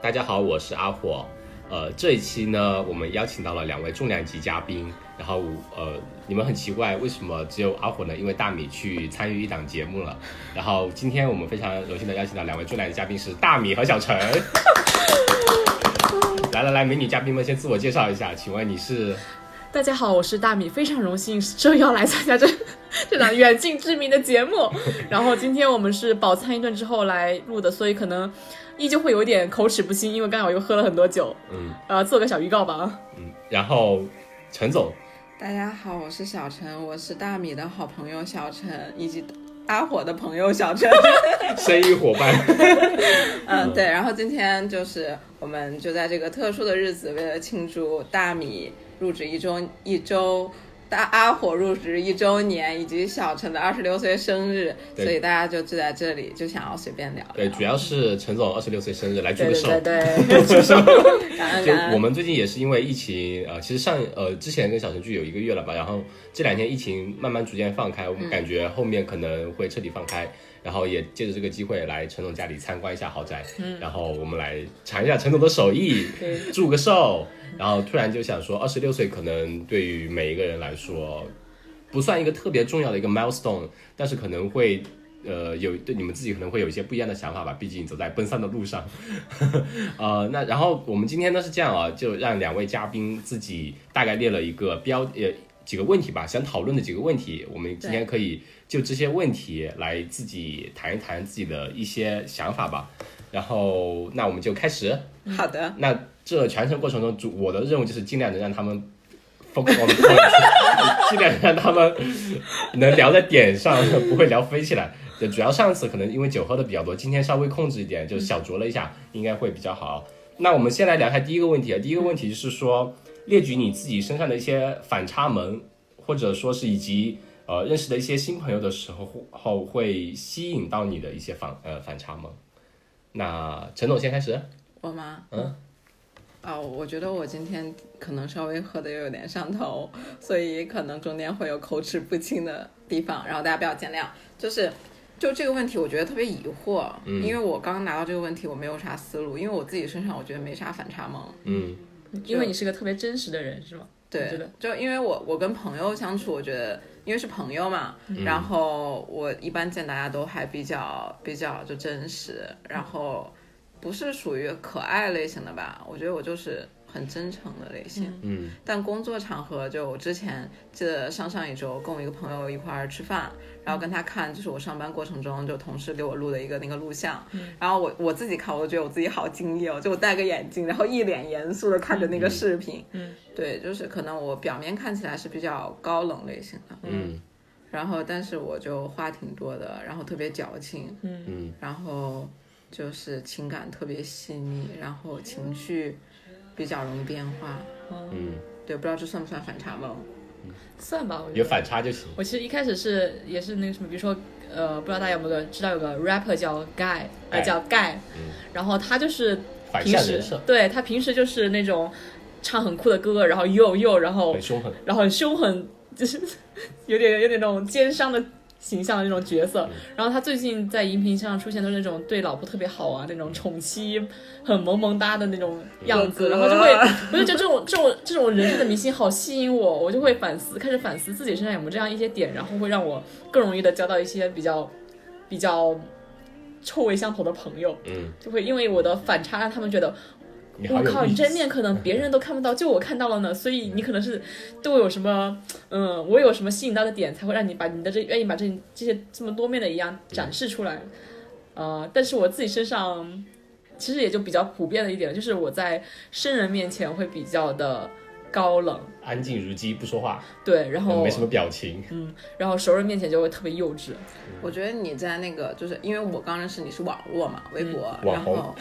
大家好，我是阿火。呃，这一期呢，我们邀请到了两位重量级嘉宾。然后，呃，你们很奇怪，为什么只有阿火呢？因为大米去参与一档节目了。然后，今天我们非常荣幸的邀请到两位重量级嘉宾是大米和小 陈。来来来，美女嘉宾们先自我介绍一下，请问你是？大家好，我是大米，非常荣幸受邀来参加这 这档远近知名的节目。然后今天我们是饱餐一顿之后来录的，所以可能依旧会有点口齿不清，因为刚好又喝了很多酒。嗯呃，做个小预告吧啊。嗯，然后陈总，大家好，我是小陈，我是大米的好朋友小陈，以及阿火的朋友小 陈。生意伙伴。 嗯，对。然后今天就是我们就在这个特殊的日子，为了庆祝大米入职一周一周。大阿火入职一周年，以及小陈的二十六岁生日，对所以大家就聚在这里，就想要随便聊对，聊。主要是陈总二十六岁生日，来聚对个对首。对 对，感恩就感我恩。们最近也是因为疫情，呃，其实上呃之前跟小程序有一个月了吧，然后这两天疫情慢慢逐渐放开，我们感觉后面可能会彻底放开，然后也借着这个机会来陈总家里参观一下豪宅，然后我们来尝一下陈总的手艺，对祝个寿，然后突然就想说，二十六岁可能对于每一个人来说，不算一个特别重要的一个 milestone，但是可能会。呃，有对你们自己可能会有一些不一样的想法吧，毕竟走在奔三的路上。呃，那然后我们今天呢是这样啊，就让两位嘉宾自己大概列了一个标呃几个问题吧，想讨论的几个问题，我们今天可以就这些问题来自己谈一谈自己的一些想法吧。然后那我们就开始。好的，那这全程过程中，主我的任务就是尽量能让他们 focus on point，尽量 让他们能聊在点上，不会聊飞起来。对，主要上次可能因为酒喝的比较多，今天稍微控制一点，就小酌了一下，应该会比较好。那我们先来聊一下第一个问题啊，第一个问题是说，列举你自己身上的一些反差萌，或者说是以及呃认识的一些新朋友的时候后会吸引到你的一些反呃反差萌。那陈总先开始，我吗？嗯。哦，我觉得我今天可能稍微喝的又有点上头，所以可能中间会有口齿不清的地方，然后大家不要见谅。就是就这个问题，我觉得特别疑惑，因为我刚拿到这个问题，我没有啥思路，因为我自己身上我觉得没啥反差萌。嗯因为你是个特别真实的人，是吗？我觉对得，就因为我我跟朋友相处，我觉得因为是朋友嘛，嗯然后我一般见大家都还比较比较就真实，然后不是属于可爱类型的吧，我觉得我就是很真诚的类型。嗯但工作场合，就我之前记得上上一周跟我一个朋友一块儿吃饭，然后跟他看就是我上班过程中就同事给我录的一个那个录像，嗯然后我我自己看我都觉得我自己好敬业哦，就我戴个眼镜，然后一脸严肃的看着那个视频，嗯，对，就是可能我表面看起来是比较高冷类型的，嗯然后但是我就话挺多的，然后特别矫情，嗯然后就是情感特别细腻，然后情绪比较容易变化，嗯，对，不知道这算不算反差萌？算吧，我觉有得。反差就行。我其实一开始是也是那个什么，比如说呃，不知道大家有没有知道有个 rapper 叫 Guy，哎呃叫 Guy，嗯然后他就是反平向时人设，对他平时就是那种唱很酷的歌，然后又又然后很凶狠。然后很凶狠，就是 有点有点那种奸商的形象的那种角嗯色。然后他最近在荧屏上出现的那种对老婆特别好啊，那种宠妻很萌萌哒的那种样子，嗯然后就会我就觉得这种这种这种人设的明星好吸引我，我就会反思，开始反思自己身上有没有这样一些点，然后会让我更容易的交到一些比较比较臭味相投的朋友，嗯，就会因为我的反差让他们觉得你好我有靠，意你思这面可能别人都看不到，就我看到了呢。所以你可能是对我有什么，嗯，我有什么吸引到的点，才会让你把你的这愿意把这这些这么多面的一嗯样展示出来。呃，但是我自己身上其实也就比较普遍的一点，就是我在生人面前会比较的高冷，安静如鸡，不说话，对，然嗯后没什么表情。然后熟人面前就会特别幼稚，嗯我觉得你在那个，就是因为我刚认识你是网络嘛，微博，嗯网 然后，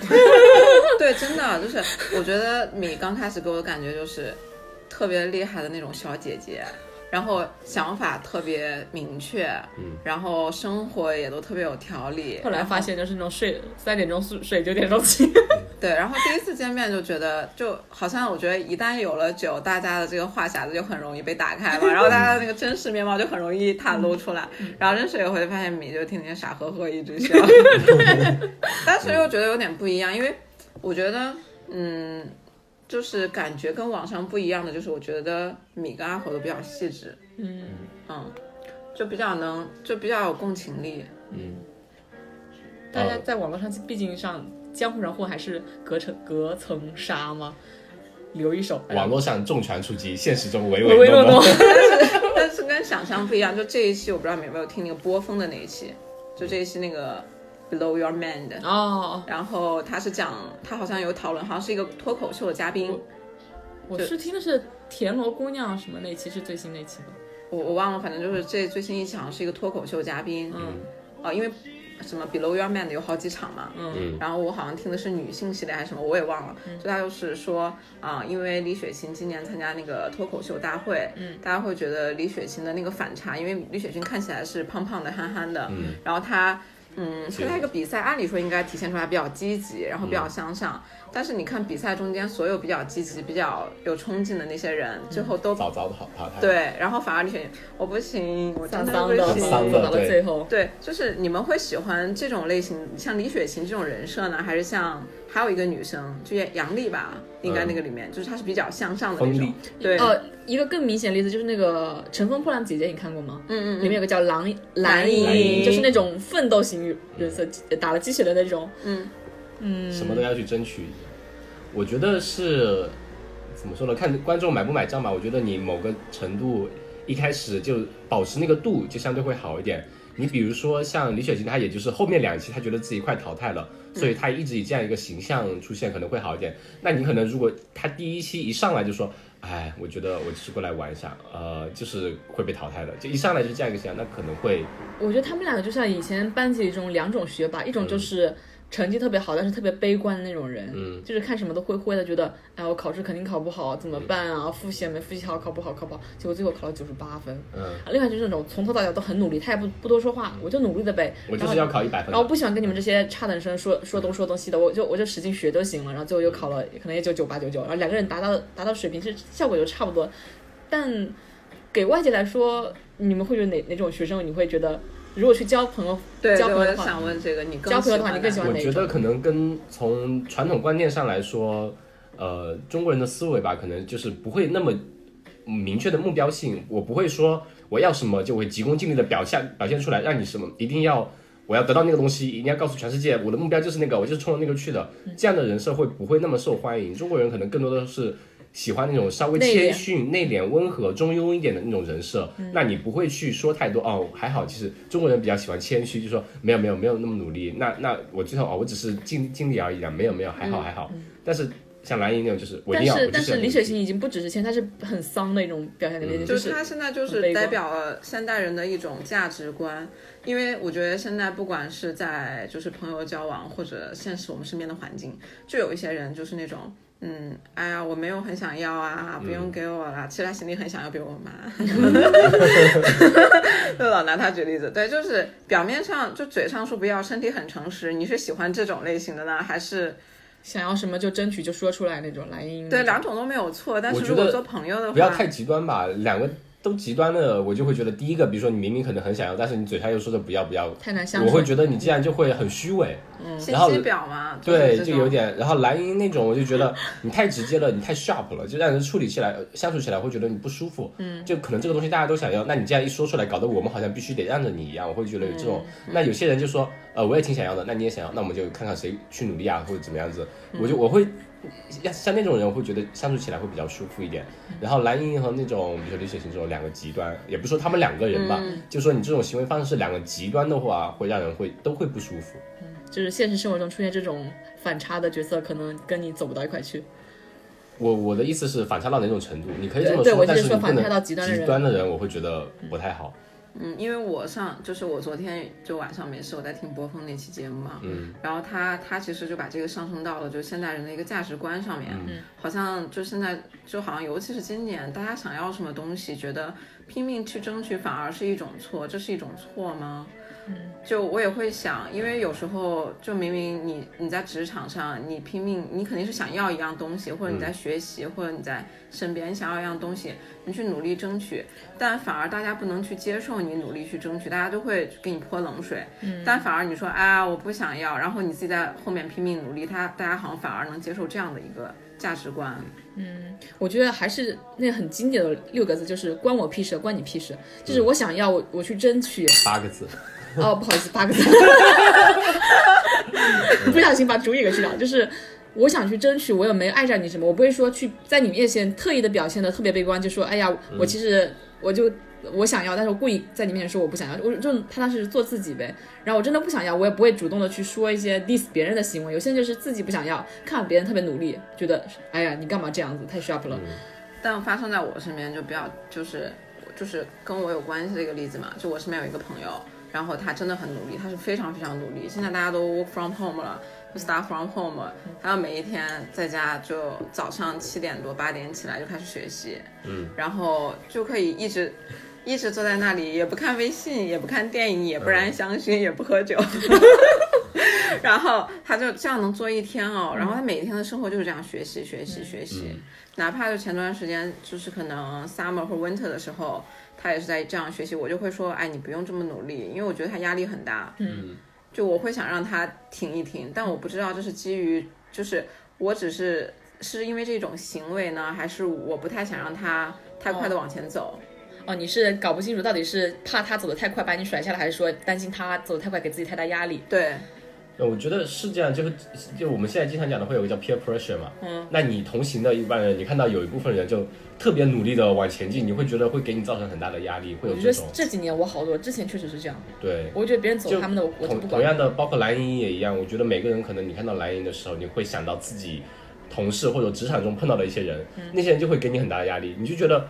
对，真的就是，我觉得你刚开始给我的感觉就是特别厉害的那种小姐姐，然后想法特别明确，嗯，然后生活也都特别有条理。后来发现就是那种睡三点钟睡睡九点钟起，对，然后第一次见面就觉得，就好像我觉得一旦有了酒，大家的这个话匣子就很容易被打开嘛，然后大家的那个真实面貌就很容易袒露出来。然后认识以后就发现米就天天傻呵呵一直笑，但是又觉得有点不一样，因为我觉得，嗯，就是感觉跟网上不一样的，就是我觉得米跟阿火都比较细致，嗯，嗯，就比较能，就比较有共情力。大哦家在网络上，毕竟上江湖上混还是隔层隔层纱嘛，留一手。网络上重拳出击，现实中唯唯唯诺诺 诺。 但是跟想象不一样，就这一期我不知道你们有没有听那个波峰的那一期，就这一期那个 Below Your Man 的，哦，然后他是讲他好像有讨论，好像是一个脱口秀的嘉宾，我是听的是田螺姑娘什么那期是最新那期吧？我我忘了，反正就是这最新一期好像是一个脱口秀嘉宾，嗯啊、因为什么 Below Your Man 的有好几场嘛，嗯然后我好像听的是女性系列还是什么，我也忘了。就他就是说啊、因为李雪琴今年参加那个脱口秀大会，嗯，大家会觉得李雪琴的那个反差，因为李雪琴看起来是胖胖的、憨憨的，嗯，然后她。嗯，参加一个嗯比赛，按理说应该体现出来比较积极，然后比较向上。但是你看比赛中间所有比较积极、比较有冲劲的那些人，嗯最后都早早的好淘汰。，对，然后反而李雪琴，我不行，我真丧的丧不的，行，丧走到了最后。对，就是你们会喜欢这种类型，像李雪琴这种人设呢，还是像还有一个女生，就杨丽吧，应该那个里面、就是她是比较向上的那锋利种。对，呃，一个更明显的例子就是那个《乘风破浪姐姐》，你看过吗？嗯里面有个叫蓝蓝蓝莹，莹就是那种奋斗型人设，呃打了鸡血的那种。嗯什么都要去争取。我觉得是怎么说呢？看观众买不买账吧。我觉得你某个程度一开始就保持那个度，就相对会好一点。你比如说像李雪琴，她也就是后面两期她觉得自己快淘汰了，所以她一直以这样一个形象出现可能会好一点。那你可能如果她第一期一上来就说，哎，我觉得我就是过来玩一下，呃，就是会被淘汰的，就一上来就这样一个形象，那可能会我觉得他们两个就像以前班级里中两种学霸，一种就是成绩特别好，但是特别悲观的那种人，嗯就是看什么都灰灰的，觉得哎我考试肯定考不好，怎么办啊？复习啊没复习好，考不好考不好，结果最后考了九十八分。嗯，啊另外就是那种从头到脚都很努力，他也不不多说话，我就努力的呗，我就然后是要考一百分然。后不喜欢跟你们这些差等生说说东说东西的，我就我就使劲学就行了。然后最后嗯又考了，可能也就九八九九，然后两个人达到达到水平是效果就差不多。但给外界来说，你们会觉得哪哪种学生你会觉得，如果去交朋友，对交朋对，友我的也话，想问这个，你更交朋友的喜话欢你更喜哪欢我哪一觉得种？可能跟从传统观念上来说，呃，中国人的思维吧，可能就是不会那么明确的目标性。我不会说我要什么就会急功近利的表现表现出来，让你什么一定要我要得到那个东西，一定要告诉全世界我的目标就是那个，我就是冲着那个去的。这样的人设会不会那么受欢迎？中国人可能更多的是。喜欢那种稍微内敛谦逊、内敛、温和、中庸一点的那种人设，嗯那你不会去说太多哦。还好，其实中国人比较喜欢谦虚，就说没有没有没有那么努力。那那我最后哦，我只是尽尽力而已啊，没有没有，还好还好。但是像蓝莹那种，就是我一但定要，是我就嗯但是要努是李力雪琴已经不只是谦，她是很丧的一种表现能嗯力，就就是是他现在就很悲观是代表了现代人的一种价值观，因为我觉得现在不管是在就是朋友交往或者现实我们身边的环境，就有一些人就是那种。嗯，哎呀，我没有很想要啊，不嗯用给我啦。其实他心里很想要，比如我 妈。对，老拿他举例子，对，就是表面上就嘴上说不要，身体很诚实。你是喜欢这种类型的呢，还是想要什么就争取就说出来那种蓝音。对两种都没有错？但嗯我是觉如果得做朋友的话，不要太极端吧。两个都极端的，我就会觉得第一个，比如说你明明可能很想要，但是你嘴上又说着不要不要，太难相处。我会觉得你这样就会很虚伪。信然后息表嘛，就是对，这就种有点。然后蓝音那种，我就觉得你太直接了，你太 sharp 了，就让人处理起来、呃相处起来会觉得你不舒服。嗯，就可能这个东西大家都想要，那你这样一说出来，搞得我们好像必须得让着你一样，我会觉得有这种。嗯那有些人就说，呃，我也挺想要的，那你也想要，那我们就看看谁去努力啊，或者怎么样子。嗯我就我会像像那种人，我会觉得相处起来会比较舒服一点。嗯然后蓝莹和那种，比如说李雪琴这种两个极端，也不说他们两个人吧，嗯就说你这种行为方式两个极端的话，会让人会都会不舒服。就是现实生活中出现这种反差的角色，可能跟你走不到一块去。我我的意思是反差到哪种程度，你可以这么对对我但就是是说你不能反差到极端的人极端的人我会觉得不太好。嗯，因为我上就是我昨天就晚上没事，我在听波峰那期节目嘛，嗯，然后他他其实就把这个上升到了就是现代人的一个价值观上面，嗯，好像就现在就好像尤其是今年，大家想要什么东西，觉得拼命去争取反而是一种错，这是一种错吗？就我也会想，因为有时候就明明你你在职场上，你拼命，你肯定是想要一样东西，或者你在学习，或者你在身边你想要一样东西，你去努力争取，但反而大家不能去接受你努力去争取，大家就会给你泼冷水。但反而你说哎呀我不想要，然后你自己在后面拼命努力，他大家好像反而能接受这样的一个价值观。我觉得还是那很经典的六个字，就是关我屁事，关你屁事。就是我想要，我我去争取。八个字，哦，不好意思，八个字，不小心把主语给去掉，就是。我想去争取，我也没碍着你什么，我不会说去在你面前特意的表现的特别悲观，就说哎呀，我其实我就我想要，但是我故意在你面前说我不想要，我就踏踏实实做自己呗。然后我真的不想要，我也不会主动的去说一些 diss 别人的行为，有些人就是自己不想要，看别人特别努力，觉得哎呀你干嘛这样子，太 sharp 了，但发生在我身边就比较就是就是跟我有关系的一个例子嘛，就我身边有一个朋友，然后他真的很努力，他是非常非常努力。现在大家都 work from home 了，就 start from home，他要每一天在家就早上七点多八点起来就开始学习，嗯，然后就可以一直。一直坐在那里，也不看微信，也不看电影，也不燃香薰，也不喝酒，然后他就这样能做一天哦。然后他每天的生活就是这样学习，学习，学习。哪怕就前段时间，就是可能 summer 或 winter 的时候，他也是在这样学习，我就会说，哎，你不用这么努力，因为我觉得他压力很大。嗯，就我会想让他停一停，但我不知道这是基于，就是我只是是因为这种行为呢，还是我不太想让他太快的往前走。哦，你是搞不清楚到底是怕他走得太快把你甩下来，还是说担心他走得太快给自己太大压力？对，呃我觉得是这样，就是就我们现在经常讲的会有一个叫 peer pressure 嘛，嗯，那你同行的一般人，你看到有一部分人就特别努力的往前进，你会觉得会给你造成很大的压力，会有我觉这得种这几年我好多，之前确实是这样，对。我觉得别人走就他们的，我我就同不同管。样的，包括蓝营也一样，我觉得每个人可能你看到蓝营的时候，你会想到自己同事或者职场中碰到的一些人，嗯那些人就会给你很大的压力，你就觉得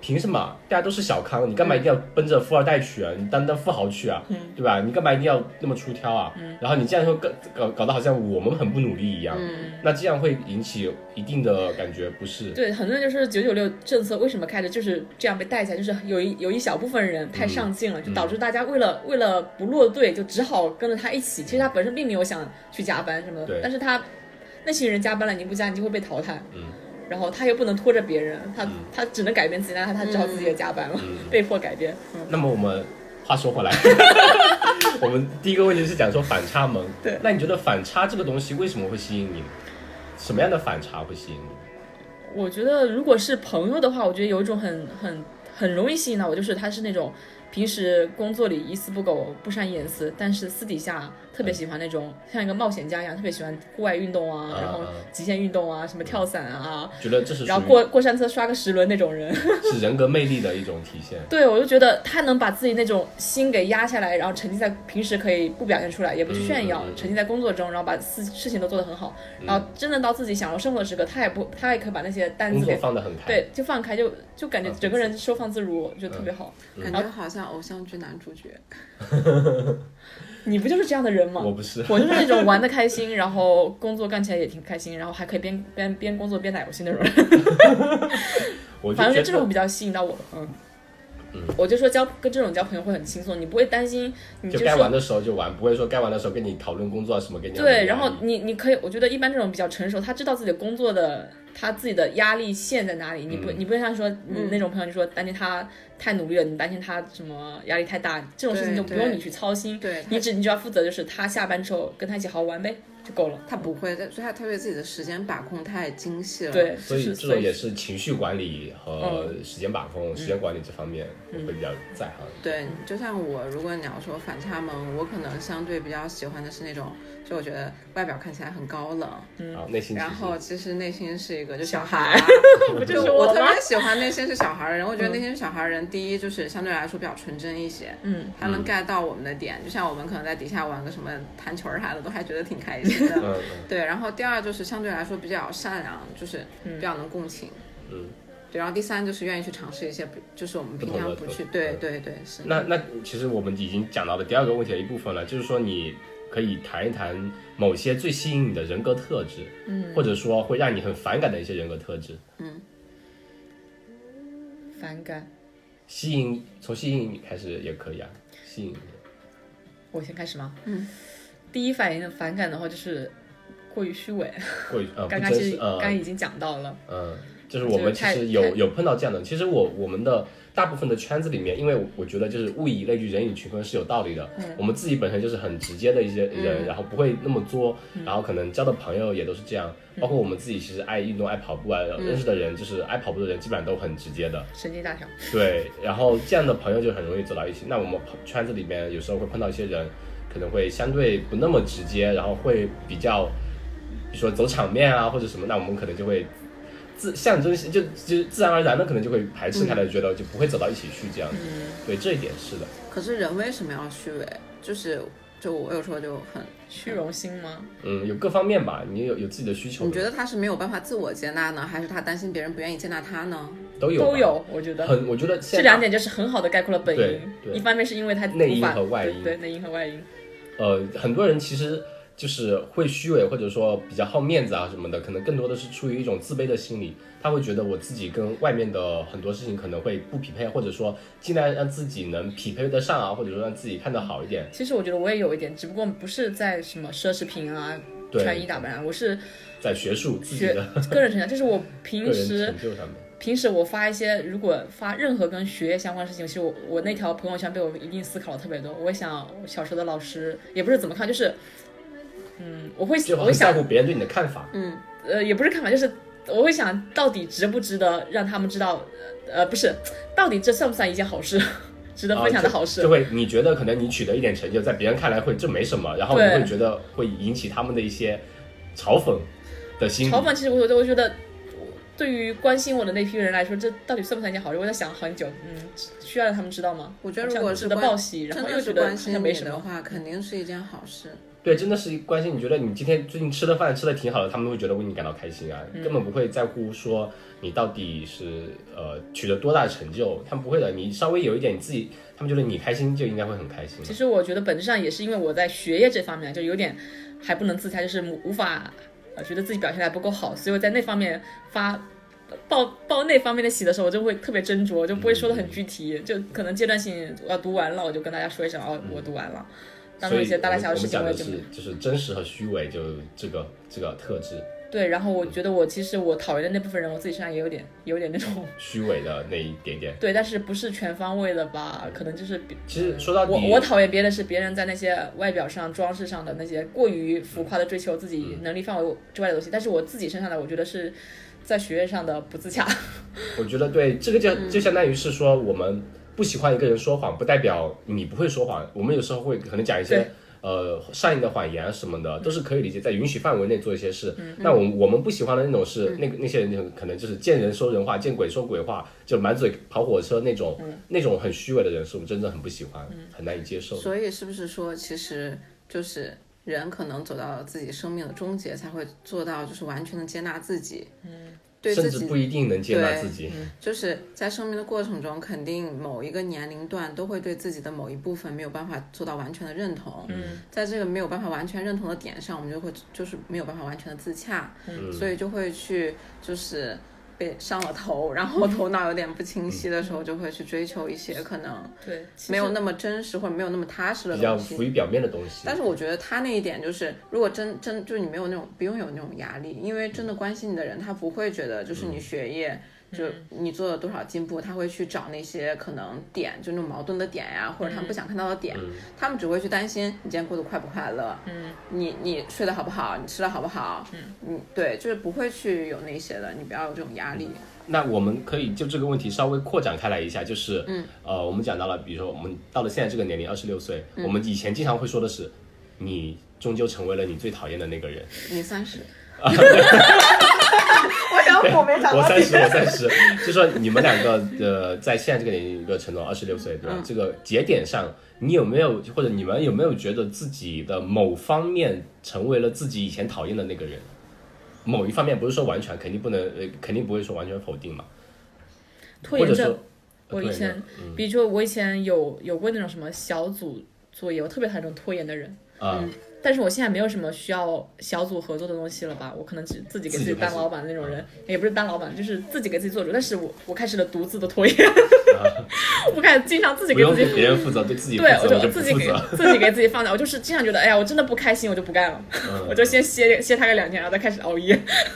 凭什么大家都是小康，你嗯干嘛一定要奔着富二代去啊？你当当富豪去啊，对吧？你干嘛一定要那么出挑啊？嗯然后你这样说搞搞搞得好像我们很不努力一样，嗯那这样会引起一定的感觉不适。对，很多人就是九九六政策为什么开的就是这样被带起来，就是有一有一小部分人嗯太上进了，就导致大家为了为了不落队，就只好跟着他一起。其实他本身并没有想去加班什么的对，但是他那些人加班了，你不加，你就会被淘汰。嗯然后他又不能拖着别人，他、他只能改变自己，那他他只好自己也加班了，嗯被迫改变。那么我们话说 回来，我们第一个问题是讲说反差萌。对那你觉得反差这个东西为什么会吸引你？什么样的反差会吸引你？我觉得如果是朋友的话，我觉得有一种很很很容易吸引到我，就是他是那种平时工作里一丝不苟、不善言辞，但是私底下特嗯别喜欢那种像一个冒险家一样，特别喜欢户外运动啊，啊然后啊极限运动啊，什么跳伞啊，觉得这是属然后于过过山车刷个十轮那种人。 是人格魅力的一种体现。对，我就觉得他能把自己那种心给压下来，然后沉浸在平时可以不表现出来，也不去炫耀，嗯嗯嗯嗯沉浸在工作中，然后把事事情都做得很好，然后真的到自己享受生活的时刻，他也不，他也可以把那些单工子作给放得很开，对，就放开，就就感觉啊嗯整个人收放自如，我觉得特别好。感觉好像偶像剧男主角。你不就是这样的人吗？我不是，我就是那种玩的开心，然后工作干起来也挺开心，然后还可以边边边工作边打游戏那种人。我就反正觉就这种得比较吸引到我，嗯。我就说交跟这种交朋友会很轻松，你不会担心，你就就该玩说的时候就玩，不会说该玩的时候跟你讨论工作啊什么，跟你对，然后你你可以，我觉得一般这种比较成熟，他知道自己的工作的他自己的压力线在哪里，你嗯不、你不会像说你嗯那种朋友，你说担心他太努力了，你担心他什么压力太大，这种事情对就不用对你去操心，对他你只你只要负责就是他下班之后跟他一起好好玩呗，就够嗯了。他不会，但所以他他对自己的时间把控太精细了。对，所以就是这所种也以嗯是情绪管理和时间把控、时间管理这方面我会比较在行。对，就像我，如果你要说反差萌，我可能相对比较喜欢的是那种，就我觉得外表看起来很高冷，嗯然后内心其然实后其实内心是一个就小孩孩儿。不就 就是我我特吗？别喜欢内心是小孩儿的人，我觉得内心是小孩儿的人，第一就是相对来说比较纯真一些，嗯，他能 get 到我们的点，就像我们可能在底下玩个什么弹球儿啥的，都还觉得挺开心的。嗯嗯对，然后第二就是相对来说比较善良，就是比较能共情。嗯。对，然后第三就是愿意去尝试一些不，就是我们平常不不同的去。东西嗯对对对，是。那那其实我们已经讲到了第二个问题的一部分了，就是说你可以谈一谈某些最吸引你的人格特质，嗯，或者说会让你很反感的一些人格特质，反感， 吸引从吸引你开始也可以啊，吸引你我先开始吗？嗯，第一反应的反感的话就是过于虚伪，过于呃不刚刚真其实实，刚呃刚已经讲到了，嗯，就是我们就是其太实太有有碰到这样的，其实我我们的大部分的圈子里面，因为我我觉得就是物以类聚，人以群分是有道理嗯的。我们自己本身就是很直接的一些人，然后不会那么作，嗯然后可能交的朋友也都是这样。包括我们自己其实爱运动、爱跑步啊，嗯认识的人就是爱跑步的人，基本上都很直接的。神经大条。对，然后这样的朋友就很容易走到一起。那我们朋圈子里面有时候会碰到一些人，可能会相对不那么直接，然后会比较，比如说走场面啊或者什么，那我们可能就会自象征性就就自然而然的可能就会排斥开来，觉得就不会走到一起去这样子。嗯对，这一点是的。可是人为什么要虚伪？就是就我有时候就很，虚荣心吗？嗯，有各方面吧，你有有自己的需求的，你觉得他是没有办法自我接纳呢，还是他担心别人不愿意接纳他呢？都有吧都。有，我觉得很，我觉得现这两点就是很好的概括了本对因。对一方面是因为他内因无法和外因对对内因和外因，呃，很多人其实就是会虚伪，或者说比较好面子啊什么的，可能更多的是出于一种自卑的心理，他会觉得我自己跟外面的很多事情可能会不匹配，或者说尽量让自己能匹配得上啊，或者说让自己看得好一点。其实我觉得我也有一点，只不过不是在什么奢侈品啊、对穿衣打扮啊，我是在学术自己学的个人成长，就是我个平人时成就上面，平时我发一些，如果发任何跟学业相关的事情，其实我我那条朋友圈被我一定思考了特别多。我想我小时候的老师也不是怎么看，就是，嗯，我会就我很会在想，乎别人对你的看法。呃，也不是看法，就是我会想到底值不值得让他们知道，呃，不是，到底这算不算一件好事， 值得分享的好事？啊就，就会你觉得可能你取得一点成就，在别人看来会这没什么，然后你对会觉得会引起他们的一些嘲讽的心理。嘲讽其实我觉得，我觉得对于关心我的那批人来说，这到底算不算一件好事？我在想很久，嗯，需要让他们知道吗？我觉得好如像果值是得关报喜，然真后又的觉是得关好心像没你什么的。话，肯定是一件好事。对，真的是关心。你觉得你今天最近吃的饭吃的挺好的，他们会觉得为你感到开心啊，嗯根本不会在乎说你到底是呃取得多大的成就，他们不会的。你稍微有一点你自己，他们觉得你开心就应该会很开心其。实我觉得本质上也是因为我在学业这方面就有点还不能自洽，就是无法呃觉得自己表现得还不够好，所以我在那方面发报报那方面的喜的时候，我就会特别斟酌，就不会说的很具体，就可能阶段性我要读完了，我就跟大家说一声哦，我读完了。当中所一以些大大小小我事们情，讲我也的就就是是真实和虚伪，就这个这个特质，对。然后我觉得我其实我讨厌的那部分人，我自己身上也有点也有点那种虚伪的那一点点。对，但是不是全方位的吧？可能就是比其实说到底，我我讨厌别的是别人在那些外表上、装饰上的那些过于浮夸的追求自己嗯能力范围之外的东西，但是我自己身上的，我觉得是在学业上的不自洽。我觉得对，这个就嗯就相当于是说，我们不喜欢一个人说谎，不代表你不会说谎。我们有时候会可能讲一对些呃善意的谎言啊什么的，都是可以理解，在允许范围内做一些事。嗯那我们我们不喜欢的那种是那个那些人就可能就是见人说人话，见鬼说鬼话，就满嘴跑火车那种嗯那种很虚伪的人，是我们真的很不喜欢，很难以接受。所以是不是说，其实就是人可能走到自己生命的终结，才会做到就是完全的接纳自己，嗯，对甚自至己不一定能接纳对自己，就是在生命的过程中，肯定某一个年龄段都会对自己的某一部分没有办法做到完全的认同。嗯，在这个没有办法完全认同的点上，我们就会就是没有办法完全的自洽，嗯、所以就会去就是被上了头，然后头脑有点不清晰的时候，就会去追求一些可能对，没有那么真实或者没有那么踏实的比较东西浮。于表面的东西。但是我觉得他那一点就是，如果真真就是你没有那种不用有那种压力，因为真的关心你的人，他不会觉得就是你学业、就你做了多少进步，他会去找那些可能点，就那种矛盾的点呀、或者他们不想看到的点，他们只会去担心你今天过得快不快乐，嗯，你你睡得好不好，你吃的好不好，嗯，你对，就是不会去有那些的，你不要有这种压力，那我们可以就这个问题稍微扩展开来一下，就是，嗯，呃，我们讲到了，比如说我们到了现在这个年龄，二十六岁，嗯我们以前经常会说的是，你终究成为了你最讨厌的那个 人。你三十。我想我没找我到三你十，我三十，就说你们两个，呃，在现在这个年龄，一个成龙二十六岁，对吧？嗯这个节点上，你有没有或者你们有没有觉得自己的某方面成为了自己以前讨厌的那个人？某一方面不是说完全，肯定不能，呃，肯定不会说完全否定嘛。 拖或延者症说，，我呃拖以延症前，比如说我以前有有过那种什么小组作业，我特别讨厌这种拖延的人。啊、但是我现在没有什么需要小组合作的东西了吧？我可能只自己给自己当老板的那种人，也不是当老板，就是自己给自己做主。但是我我开始了独自的拖延， 我感觉经常自己啊不给用自给己，别人负责，对自己负对责，我我就不自己负给责。自己给自己放假。我就是经常觉得，哎呀，我真的不开心，我就不干了，嗯 我就先歇歇他个两天，然后再开始熬夜。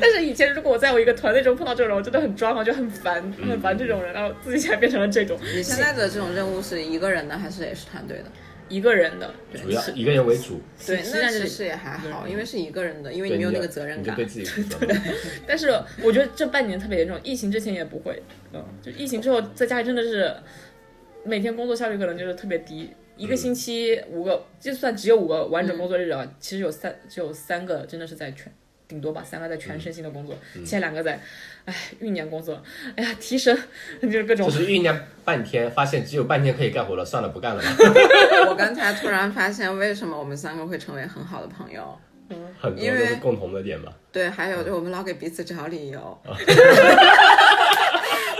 但是以前如果我在我一个团队中碰到这种人，我真的很抓狂，就很烦，很烦这种人，然后自己现在变成了这种你现在的这种任务是一个人的还是也是团队的？一个人的。主要一个人为主，对，现那在其是实也还好，因为是一个人的，因为对你没有你那就个责任你就感对。自己负责 嘛。但是我觉得这半年特别严重，疫情之前也不会，嗯，就疫情之后在家里真的是每天工作效率可能就是特别低，一个星期五个，就算只有五个完整工作日啊，其实有三只有三个真的是在全。顶多吧，三个在全身心的工作，前两个在，哎，酝酿工作，哎呀，提升，就是各种就是酝酿半天，发现只有半天可以干活了，算了，不 干了吧。我刚才突然发现，为什么我们三个会成为很好的朋友？很多因都为是共同的点嘛。对，还有就我们老给彼此找理 由，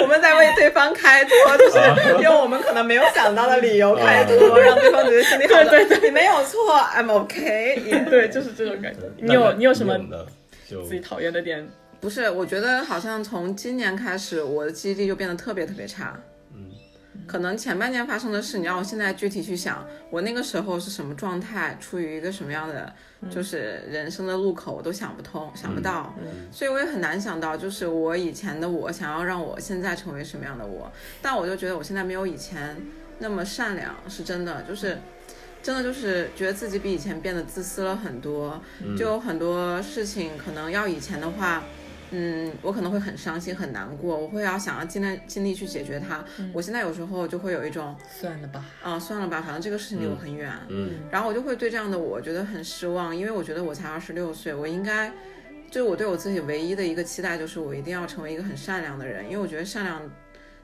我们在为对方开脱，就是 用我们可能没有想到的理由开脱，让对方觉得心里好受。啊 对对你没有错，I'm OK 也。对，就是这种感觉。你那有那你有什么呢？就自己讨厌的点？不是，我觉得好像从今年开始，我的记忆力就变得特别特别差。嗯，可能前半年发生的事，你让我现在具体去想，我那个时候是什么状态，处于一个什么样的，就是人生的路口，我都想不通，想不到。所以我也很难想到，就是我以前的我想要让我现在成为什么样的我，但我就觉得我现在没有以前那么善良，是真的，就是。真的就是觉得自己比以前变得自私了很多，就有很多事情可能要以前的话，嗯，我可能会很伤心很难过，我会要想要尽量尽力去解决它。我现在有时候就会有一种算了吧，啊、算了吧，反正这个事情离我很远，嗯然后我就会对这样的我觉得很失望，因为我觉得我才二十六岁，我应该，就是我对我自己唯一的一个期待就是我一定要成为一个很善良的人，因为我觉得善良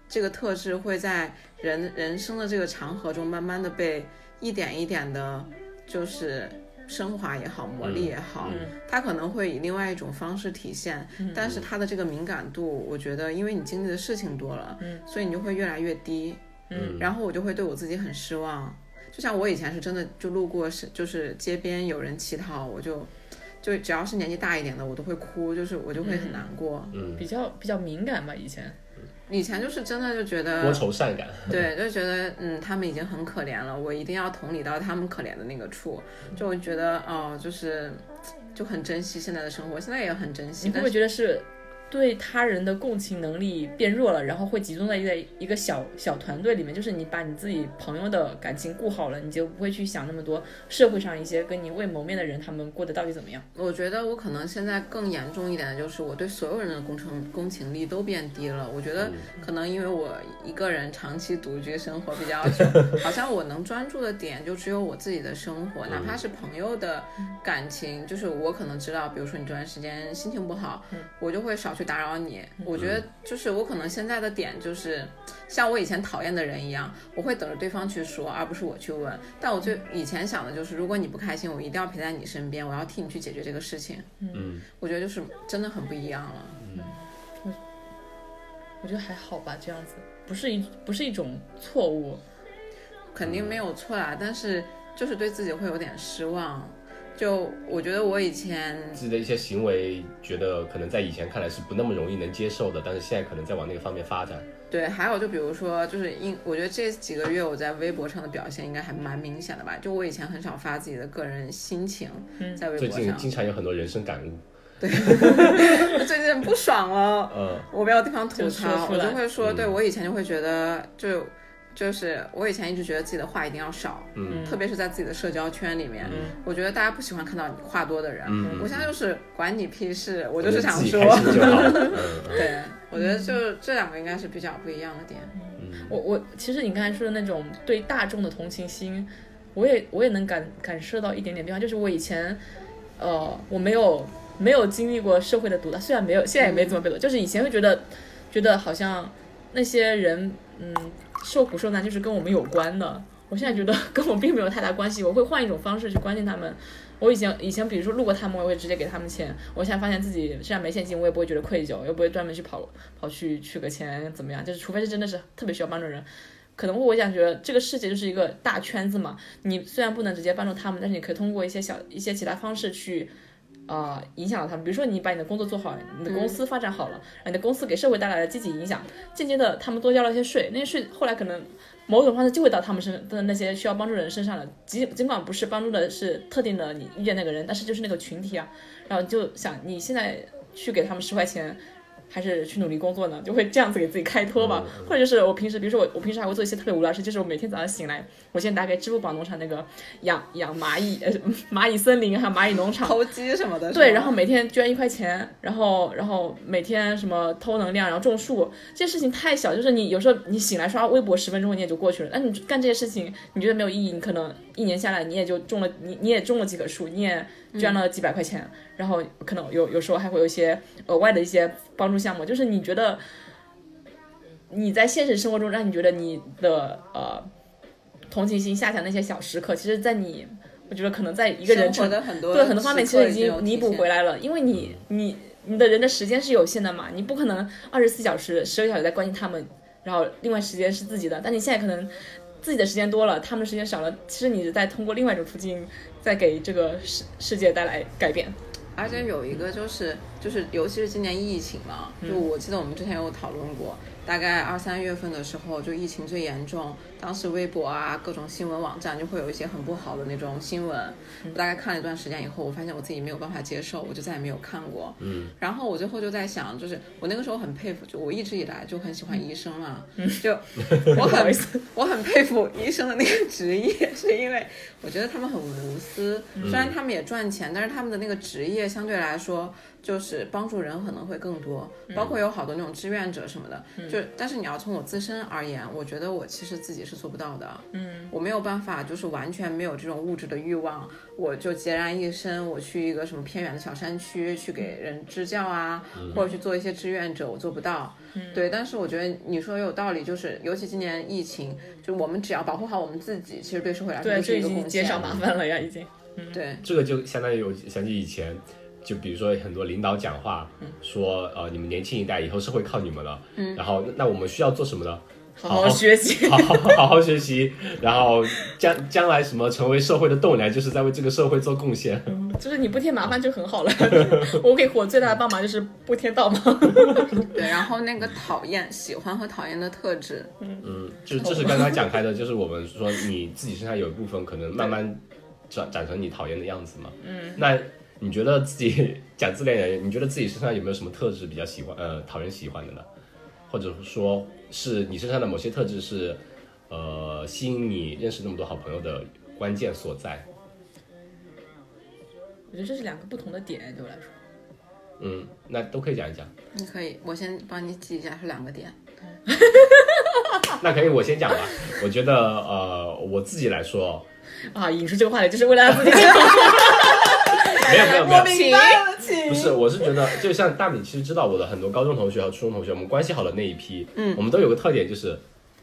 这个特质会在人人生的这个长河中慢慢的被一点一点的，就是升华也好，磨嗯砺也好，它可能会以另外一种方式体现，嗯但是它的这个敏感度，我觉得因为你经历的事情多了，所以你就会越来越低，嗯，然后我就会对我自己很失望。就像我以前是真的就路过是就是街边有人乞讨，我就就只要是年纪大一点的，我都会哭，就是我就会嗯很难过。比较比较敏感吧，以前。以前就是真的就觉多得，愁善感。 对，就觉得嗯，他们已经很可怜了，我一定要同理到他们可怜的那个处，就会觉得哦，就是就很珍惜现在的生活，现在也很珍惜你，会但不会觉得是对他人的共情能力变弱了，然后会集中在一个一个小小团队里面？就是你把你自己朋友的感情顾好了，你就不会去想那么多社会上一些跟你未谋面的人，他们过得到底怎么样？我觉得我可能现在更严重一点的就是我对所有人的共情共情力都变低了。我觉得可能因为我一个人长期独居生活比较久，好像我能专注的点就只有我自己的生活，哪怕是朋友的感情，就是我可能知道，比如说你这段时间心情不好，我就会少去打扰你。我觉得就是我可能现在的点就是。像我以前讨厌的人一样，我会等着对方去说，而不是我去问。但我最以前想的就是，如果你不开心，我一定要陪在你身边，我要替你去解决这个事情。嗯，我觉得就是真的很不一样了。我觉得还好吧，这样子不是一不是一种错误。肯定没有错啦，但是就是对自己会有点失望。就我觉得我以前嗯自己的一些行为，觉得可能在以前看来是不那么容易能接受的，但是现在可能在往那个方面发展。对，还有就比如说，就是因我觉得这几个月我在微博上的表现应该还蛮明显的吧。就我以前很少发自己的个人心情在微最博近上，经常有很多人生感悟。 最近不爽了，嗯我没有地方吐就说槽，出我来就会说，对我以前就会觉得，就就是我以前一直觉得自己的话一定要少，嗯特别是在自己的社交圈里面，嗯我觉得大家不喜欢看到你话多的人。嗯，我现在就是管你屁事，我我就是想自己说开，心就好。嗯嗯对，我觉得就这两个应该是比较不一样 的点。嗯我我其实你刚才说的那种对大众的同情心，我也我也能感感受到一点点变化，就是我以前，呃，我没有没有经历过社会的毒打，虽然没有，现在也没怎么被毒打，就是以前会觉得，觉得好像那些人，嗯，受苦受难就是跟我们有关的，我现在觉得 跟我并没有太大关系，我会换一种方式去关心他们。我以前以前比如说路过他们，我会直接给他们钱。我现在发现自己虽然没现金，我也不会觉得愧疚，又不会专门去跑跑去取个钱怎么样？就是除非是真的是特别需要帮助的人，可能我想觉得这个世界就是一个大圈子嘛。你虽然不能直接帮助他们，但是你可以通过一些小一些其他方式去啊、影响了他们。比如说你把你的工作做好，你的公司发展好了，然后你的公司给社会带来了积极影响，间接的他们多交了一些税，那些税后来可能某种方式就会到他们身的那些需要帮助的人身上了。尽尽管不是帮助的是特定的你遇见那个人，但是就是那个群体啊，然后你就想你现在去给他们十块钱。还是去努力工作呢，就会这样子给自己开脱吧。或者就是我平时，比如说我，我平时还会做一些特别无聊的事，就是我每天早上醒来，我先打给支付宝农场那个养养蚂蚁，呃，蚂蚁森林还有蚂蚁农场，投机什么的。对，是吧然后每天捐一块钱，然后然后每天什么偷能量，然后种树，这些事情太小，就是你有时候你醒来刷微博十分钟你也就过去了。那你干这些事情，你觉得没有意义，你可能一年下来你也就种了，你你也种了几棵树，你也捐嗯了几百块钱，然后可能有有时候还会有一些额外的一些帮助项目，就是你觉得你在现实生活中让你觉得你的呃同情心下降那些小时刻，其实，在你。我觉得可能在一个人生成活的很多对很多方面时其刻实已经弥补回来。来了，因为你你你的人的时间是有限的嘛，你不可能二十四小时十个小时在关心他们，然后另外时间是自己的，但你现在可能自己的时间多了，他们的时间少了，其实你是在通过另外一种途径在给这个世世界带来改变。而且有一个就是就是，尤其是今年疫情嘛，就我记得我们之前有讨论过，大概二三月份的时候，就疫情最严重，当时微博啊各种新闻网站就会有一些很不好的那种新闻。我大概看了一段时间以后，我发现我自己没有办法接受，我就再也没有看过。嗯，然后我最后就在想，就是我那个时候很佩服，就我一直以来就很喜欢医生嘛，就我不好意很思我很佩服医生的那个职业，是因为我觉得他们很无私。虽然他们也赚钱，但是他们的那个职业相对来说就是帮助人可能会更多，包括有好多那种志愿者什么的。就但是你要从我自身而言，我觉得我其实自己是做不到的。嗯，我没有办法，就是完全没有这种物质的欲望，我就孑然一身，我去一个什么偏远的小山区去给人支教啊，或者去做一些志愿者，我做不到。嗯对，但是我觉得你说有道理，就是尤其今年疫情，就我们只要保护好我们自己，其实对社会来说对，啊就就是一已个经贡减献。少麻烦了呀，已经。对，这个就相当于我想起以前，就比如说很多领导讲话说，呃，你们年轻一代以后是会靠你们了，嗯，然后那那我们需要做什么呢？好好好学习， 好好好好学习，然后将将来什么成为社会的栋梁，就是在为这个社会做贡献。就是你不添麻烦就很好了。 我给我最大的帮忙就是不添倒忙。对，然后那个讨厌、喜欢和讨厌的特质，嗯，就这是刚刚讲开的，就是我们说你自己身上有一部分可能慢慢长长成你讨厌的样子嘛。嗯，那你觉得自己讲自恋人，你觉得自己身上有没有什么特质比较喜欢呃讨人喜欢的呢？或者说是你身上的某些特质是呃吸引你认识那么多好朋友的关键所在？ 我觉得这是两个不同的点，对我来说。嗯，那都可以讲一讲。你可以，我先帮你记一下是两个点。那可以，我先讲吧。我觉得呃，我自己来说，啊，引出这个话题就是为了让自己更好。 没有没有没有，明白了，请不是，我是觉得，就像大米其实知道我的很多高中同学和初中同学，我们关系好的那一批，嗯，我们都有个特点，就是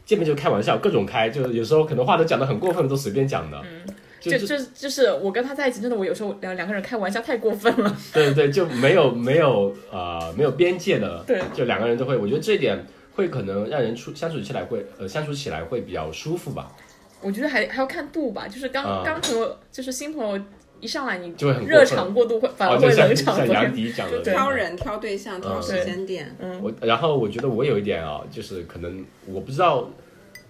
见面就开玩笑，各种开，就是有时候可能话都讲得很过分的，都随便讲的，嗯，就就就就就是我跟他在一起，真的我有时候两两个人开玩笑太过分了。对对对，就没有没有呃没有边界的，对就两个人都会，我觉得这一点会可能让人处相处起来会呃相处起来会比较舒服吧，我觉得还还要看度吧，就是刚、啊刚朋友，就是新朋友一上来你就会很过分热场过度会反哦，而啊会就像冷场。像昨杨天迪讲的就那挑个人、挑对象、挑时间点。我然后我觉得我有一点啊，就是可能我不知道，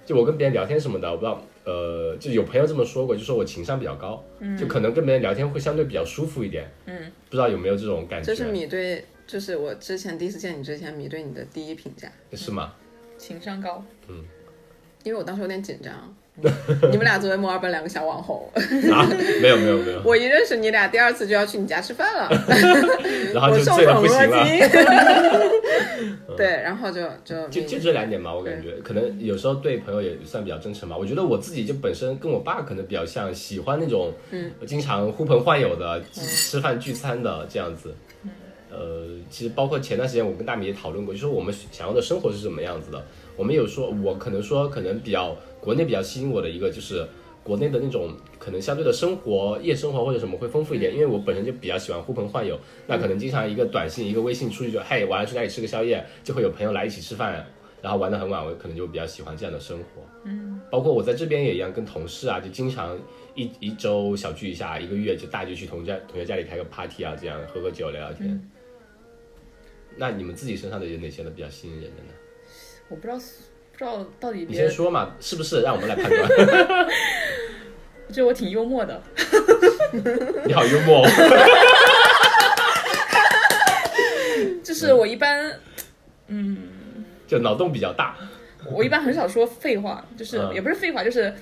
就我跟别人聊天什么的，我不知道，呃，就有朋友这么说过，就说我情商比较高，就可能跟别人聊天会相对比较舒服一点，嗯，不知道有没有这种感觉，这是你对，就是我之前第一次见你之前，你对你的第一评价。是吗？ 情商高，因为我当时有点紧张，你们俩作为墨尔本两个小网红， 啊，没有没有没有，我一认识你俩，第二次就要去你家吃饭了。然后我啊就受醉的宠不若行了。 惊。对，然后就就就就这两点吧，我感觉可能有时候对朋友也算比较真诚吧。我觉得我自己就本身跟我爸可能比较像，喜欢那种经常呼朋唤友的、吃饭聚餐的这样子。呃，其实包括前段时间我跟大米也讨论过，就说我们想要的生活是什么样子的。我们有说，我可能说可能比较国内比较吸引我的一个就是。国内的那种可能相对的生活、夜生活或者什么会丰富一点，因为我本身就比较喜欢呼朋唤友，那可能经常一个短信、一个微信出去就，嘿，晚上去哪里吃个宵夜，就会有朋友来一起吃饭，然后玩得很晚，我可能就比较喜欢这样的生活。嗯，包括我在这边也一样，跟同事啊，就经常一一周小聚一下，一个月就大聚去同家同学家里开个 party 啊，这样喝喝酒聊聊天。那你们自己身上的有哪些呢比较吸引人的呢？我不知道不知道到底你别先人，说嘛，是不是？让我们来判断。 我觉得我挺幽默的，你好幽默、哦，就是嗯我一般就脑洞比较大。我一般很少说废话，就是、嗯也不是废话，就是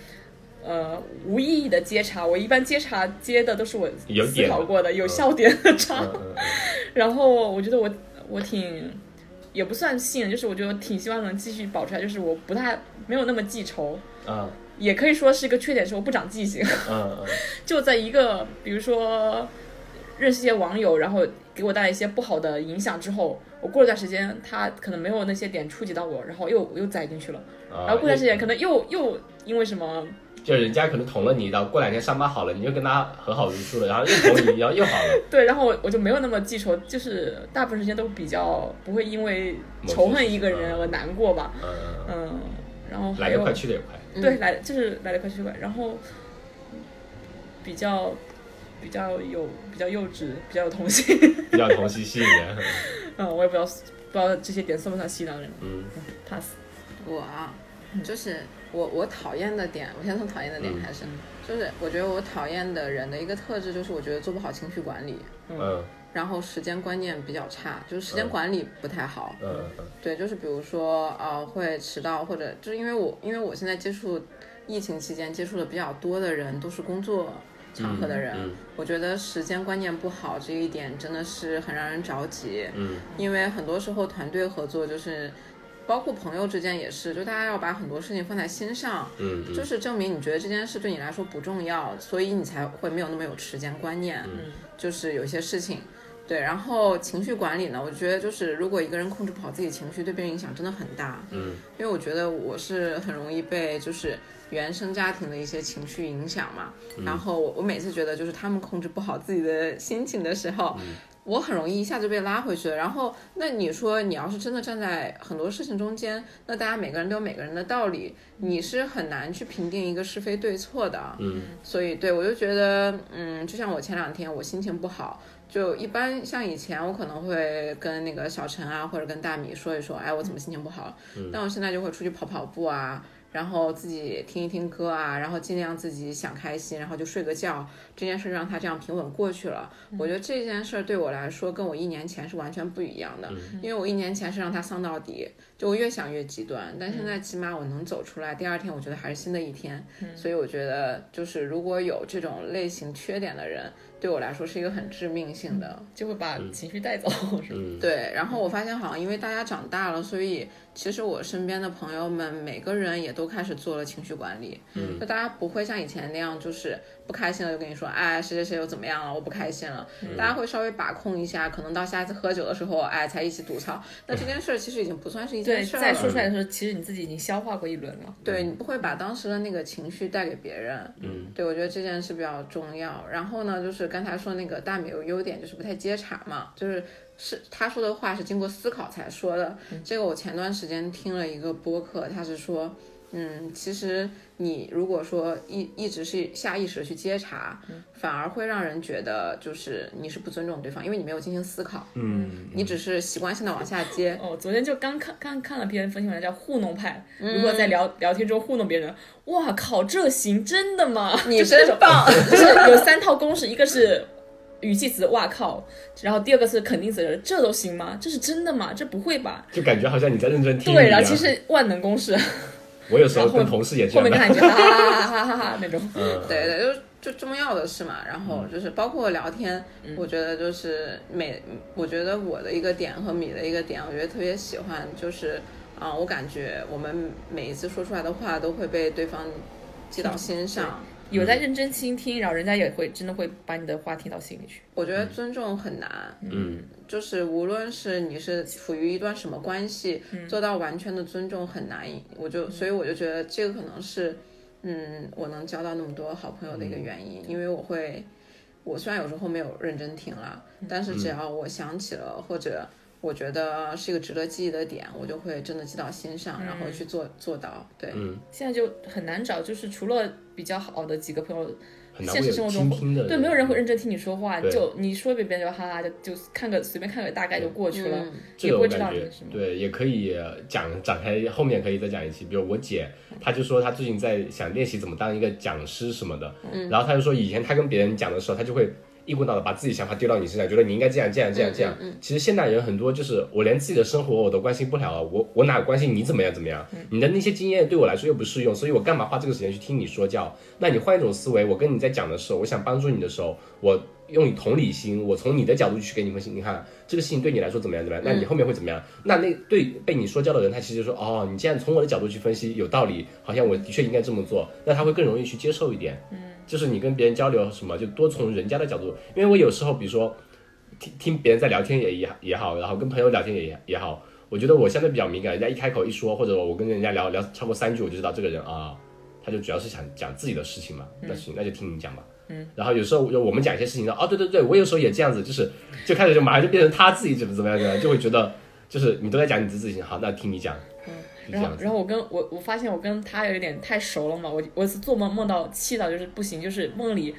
呃无意义的接茬。我一般接茬接的都是我有思点考过的、有嗯笑点的茬。嗯嗯嗯然后我觉得我我挺也不算信任，就是我觉得我挺希望能继续保持下来，就是我不太没有那么记仇，嗯也可以说是一个缺点，是我不长记性。 嗯嗯就在一个比如说认识一些网友，然后给我带来一些不好的影响之后，我过了段时间，他可能没有那些点触及到我，然后又又栽进去了，嗯。然后过段时间可能能又又因为什么，就人家可能捅了你一刀，过两天伤疤好了，你又跟他和好如初了，然后又捅你，然后又好 了。对，然后我我就没有那么记仇，就是大部分时间都比较不会因为某些仇事恨一情个啊人而难过吧，嗯嗯嗯，嗯，然后还来有得快去得也快。对，来就是来得快去得快，然后比较比较有比较幼稚，比较有童心。比较同性吸引人。嗯，我也不知道不知道这些点算不算吸囊人 嗯，pass。我啊，就是我我讨厌的点，我先从讨厌的点嗯开始，就是我觉得我讨厌的人的一个特质就是我觉得做不好情绪管理，嗯然后时间观念比较差，就是嗯时间管理不太好。嗯嗯对，就是比如说呃会迟到，或者就是因为我因为我现在接触疫情期间接触的比较多的人都是工作场合的人，啊嗯嗯我觉得时间观念不好这一点真的是很让人着急，嗯因为很多时候团队合作就是。包括朋友之间也是，就大家要把很多事情放在心啊上，嗯嗯，就是证明你觉得这件事对你来说不重要，所以你才会没有那么有时间观念。嗯就是有一些事情，对，然后情绪管理呢，我觉得就是如果一个人控制不好自己情绪，对别人影响真的很大。嗯因为我觉得我是很容易被就是原生家庭的一些情绪影响嘛，嗯然后我我每次觉得就是他们控制不好自己的心情的时候。嗯我很容易一下就被拉回去了，然后那你说你要是真的站在很多事情中间，那大家每个人都有每个人的道理，你是很难去评定一个是非对错的。啊嗯所以对我就觉得，嗯，就像我前两天我心情不好，就一般像以前我可能会跟那个小陈啊，或者跟大米说一说，哎，我怎么心情不好了？但我现在就会出去跑跑步啊，然后自己听一听歌啊，然后尽量自己想开心，然后就睡个觉。这件事让他这样平稳过去了。我觉得这件事对我来说跟我一年前是完全不一样的，因为我一年前是让他丧到底，就我越想越极端，但现在起码我能走出来，第二天我觉得还是新的一天。所以我觉得就是如果有这种类型缺点的人，对我来说是一个很致命性的。就会把情绪带走，是吧？嗯，对，然后我发现好像因为大家长大了，所以其实我身边的朋友们每个人也都开始做了情绪管理。嗯，就大家不会像以前那样，就是不开心了就跟你说，哎，谁谁谁又怎么样了，我不开心了。大家会稍微把控一下，可能到下次喝酒的时候，哎，才一起吐槽。那这件事儿其实已经不算是一件 对，事儿在嗯了。说出来的时候，其实你自己已经消化过一轮了。对你不会把当时的那个情绪带给别人。嗯，对我觉得这件事比较重要。然后呢，就是刚才说那个大米有优点，就是不太接茬嘛，就是是他说的话是经过思考才说的。这个我前段时间听了一个播客，他是说。嗯，其实你如果说一一直是下意识地去接茬，反而会让人觉得就是你是不尊重对方，因为你没有进行思考，嗯你只是习惯性的往下接，哦，昨天就刚看看看了别人分析文章，叫糊弄派。如果在聊聊天中糊弄别人，哇靠，这行真的吗？ 你真棒，就是有三套公式，一个是语气词“哇靠”，然后第二个是肯定词，这都行吗？这是真的吗？这不会吧？就感觉好像你在认真听一样。对，然后其实万能公式，我有时候然后跟同事也这后样面就的。感觉哈哈哈哈哈哈那种。嗯，对对，就是就重要的事嘛。然后就是包括聊天，我觉得就是每，我觉得我的一个点和米的一个点，我觉得特别喜欢，就是啊、我感觉我们每一次说出来的话都会被对方记到心上。有在认真倾听，然后人家也会真的会把你的话听到心里去。我觉得尊重很难，嗯就是无论是你是处于一段什么关系，嗯做到完全的尊重很难。我就所以我就觉得这个可能是，嗯，我能交到那么多好朋友的一嗯个原因，因为嗯我嗯会，我虽然有时候没有认真听啦，但是只要我想起了或者。我觉得是一个值得记忆的点，我就会真的记到心上，嗯然后去做做到。对，嗯，现在就很难找，就是除了比较好的几个朋友，很难现会实有生倾活中听的，对，没有人会认真听你说话，对就你说一遍，别人就哈哈就就看个随便看个大概就过去了，这也个不我会知感道你觉什么。对，也可以讲展开，后面可以再讲一期。比如我姐，嗯她就说她最近在想练习怎么当一个讲师什么的，嗯然后她就说以前她跟别人讲的时候，她就会一股脑的把自己想法丢到你身上，觉得你应该这样这样这样这样。其实现代人很多就是我连自己的生活我都关心不了啊，我我哪关心你怎么样怎么样？你的那些经验对我来说又不适用，所以我干嘛花这个时间去听你说教？那你换一种思维，我跟你在讲的时候，我想帮助你的时候，我用同理心，我从你的角度去给你分析，你看这个事情对你来说怎么样怎么样，那你后面会怎么样？那那对被你说教的人，他其实说哦，你既然从我的角度去分析有道理，好像我的确应该这么做，那他会更容易去接受一点。嗯，就是你跟别人交流什么，就多从人家的角度，因为我有时候比如说听听别人在聊天也也也好，然后跟朋友聊天也也好。我觉得我相对比较敏感，人家一开口一说，或者我跟人家聊聊超过三句，我就知道这个人啊，他就主要是想讲自己的事情嘛，那行，那就听你讲吧。嗯，然后有时候就我们讲一些事情呢，哦，对对对，我有时候也这样子，就是就开始就马上就变成他自己怎么怎么样怎么样，就会觉得就是你都在讲你自己事情，好，那听你讲，嗯，就然这后样，子，然后我跟我我发现我跟他有点太熟了嘛，我我有一次做梦梦到气到就是不行，就是梦里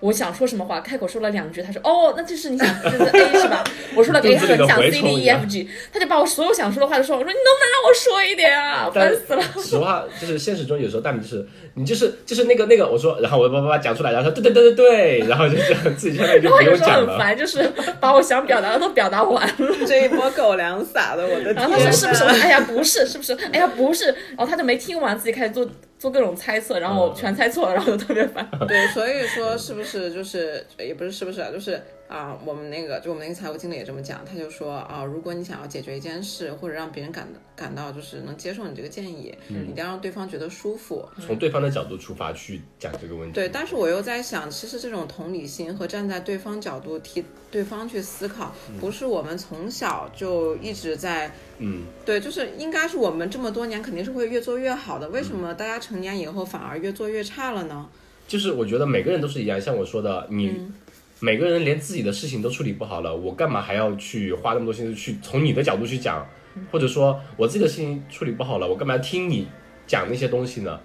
我想说什么话，开口说了两句，他说哦，那这是你想这是 A 是吧？我说了就 A，自他己的说想蛔 C 虫 D 一 E 样 F G，他就把我所有想说的话都说，我说你能不能让我说一点啊？但烦死了！ 实话就是现实中有时候大米就是你就是就是那个那个，我说，然后我叭叭叭讲出来，然后他说对对对对对，然后就这样自己相当于就然后不有用时候讲很了，烦，就是把我想表达的都表达完了， 这一波狗粮撒的，我的天！然后他说是不是？我说哎呀不是，是不是？哎呀不是，然后他就没听完，自己开始做做各种猜测，然后嗯我全猜错了，然后就特别烦。对，所以说是不是就是也不是是不是啊，就是啊，我们那个就我们那个财务经理也这么讲，他就说啊，如果你想要解决一件事，或者让别人感感到就是能接受你这个建议，你一定要让对方觉得舒服。从对方的角度出发去讲这个问题，对，但是我又在想，其实这种同理心和站在对方角度替对方去思考，不是我们从小就一直在嗯，对，就是应该是我们这么多年肯定是会越做越好的，为什么大家成年以后反而越做越差了呢？就是我觉得每个人都是一样，像我说的，你、嗯每个人连自己的事情都处理不好了，我干嘛还要去花那么多心思去从你的角度去讲，或者说我自己的事情处理不好了，我干嘛要听你讲那些东西呢？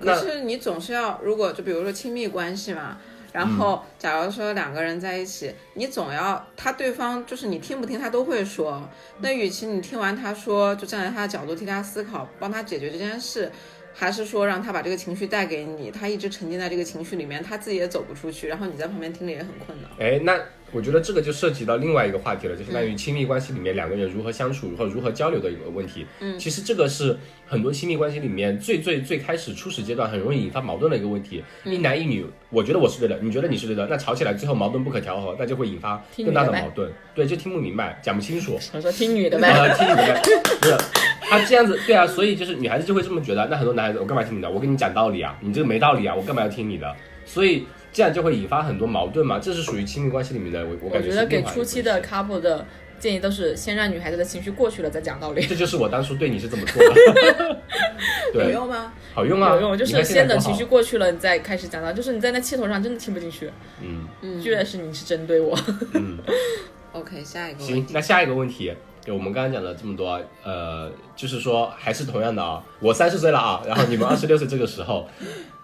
可那是你总是要，如果就比如说亲密关系嘛，然后假如说两个人在一起，你总要他对方就是你听不听他都会说，那与其你听完他说，就站在他的角度替他思考，帮他解决这件事。还是说让他把这个情绪带给你，他一直沉浸在这个情绪里面，他自己也走不出去，然后你在旁边听着也很困扰。哎，那我觉得这个就涉及到另外一个话题了，就相嗯当于亲密关系里面两个人如何相处，或者如何交流的一个问题。嗯，其实这个是很多亲密关系里面最最最开始初始阶段很容易引发矛盾的一个问题。嗯一男一女，我觉得我是对的，你觉得你是对的，那吵起来最后矛盾不可调和，那就会引发听更大的明白矛盾。对，就听不明白，讲不清楚。想说听女的呗。啊，听你的，不是他这样子，对啊，所以就是女孩子就会这么觉得。那很多男孩子，我干嘛听你的？我跟你讲道理啊，你这个没道理啊，我干嘛要听你的？所以这样就会引发很多矛盾嘛，这是属于亲密关系里面的，我我我感觉是得另给外一初回期事的 couple 的建议都是先让女孩子的情绪过去了再讲 道理，这就是我当初对你是怎么做的， 有对，用吗？好用啊，有用，就你是看现在先等多情好绪，过去了，你再开始讲道理。就是你在那气头上真的听不进去，嗯居然是你是针对我， 嗯。 OK，下一个问行，题。那下一个问题，就我们刚刚讲了这么多，呃，就是说还是同样的啊，我三十岁了啊， 然后你们二十六岁这个时候，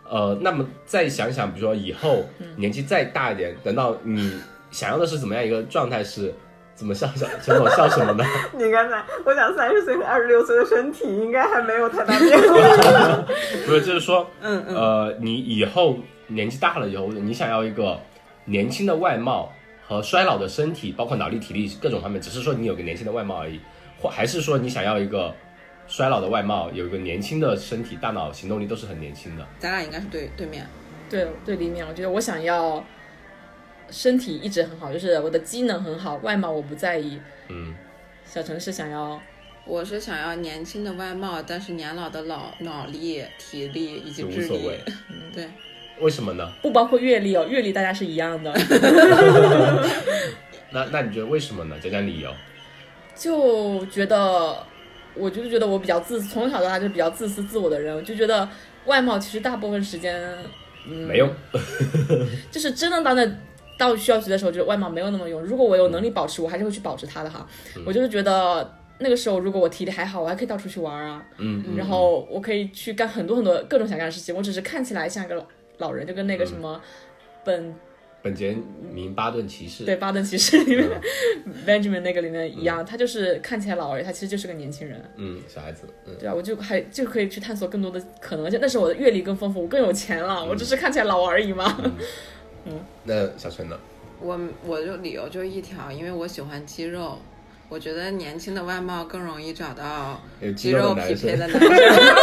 呃，那么再想想，比如说以后嗯年纪再大一点，等到你想要的是怎么样一个状态是？怎么笑笑？陈总笑什么呢？你刚才我想三十岁和二十六岁的身体应该还没有太大变化。不是，就是说，嗯嗯，呃，你以后年纪大了以后，你想要一个年轻的外貌和衰老的身体，包括脑力、体力各种方面，只是说你有个年轻的外貌而已，或还是说你想要一个衰老的外貌，有一个年轻的身体、大脑、行动力都是很年轻的。咱俩应该是对对面。对对立面，我觉得我想要身体一直很好，就是我的机能很好，外貌我不在意。嗯，小城市想要我是想要年轻的外貌，但是年老的脑脑力、体力以及就无智所力谓。对，为什么呢？不包括阅历哦，阅历大家是一样的。 那那你觉得为什么呢？讲讲理由。就觉得，我就是觉得我比较自，从小到大就比较自私自我的人，我就觉得嗯外貌其实大部分时间没用。就是真的到那到需要学的时候，就是外貌没有那么用。如果我有能力保持，我还是会去保持它的哈。我就是觉得那个时候，如果我体力还好，我还可以到处去玩啊，嗯，然后我可以去干很多很多各种想干的事情。我只是看起来像一个老老人，就跟那个什么本本杰明巴顿骑士，对《巴顿骑士》里面、Benjamin 那个里面一样，他就是看起来老而已，他其实就是个年轻人。嗯，小孩子，嗯，对啊，我就还就可以去探索更多的可能，而且那时候我的阅历更丰富，我更有钱了，我只是看起来老而已嘛。那小陈呢？我我就理由就一条，因为我喜欢肌肉，我觉得年轻的外貌更容易找到有肌肌肉肉的男匹生配，的男生。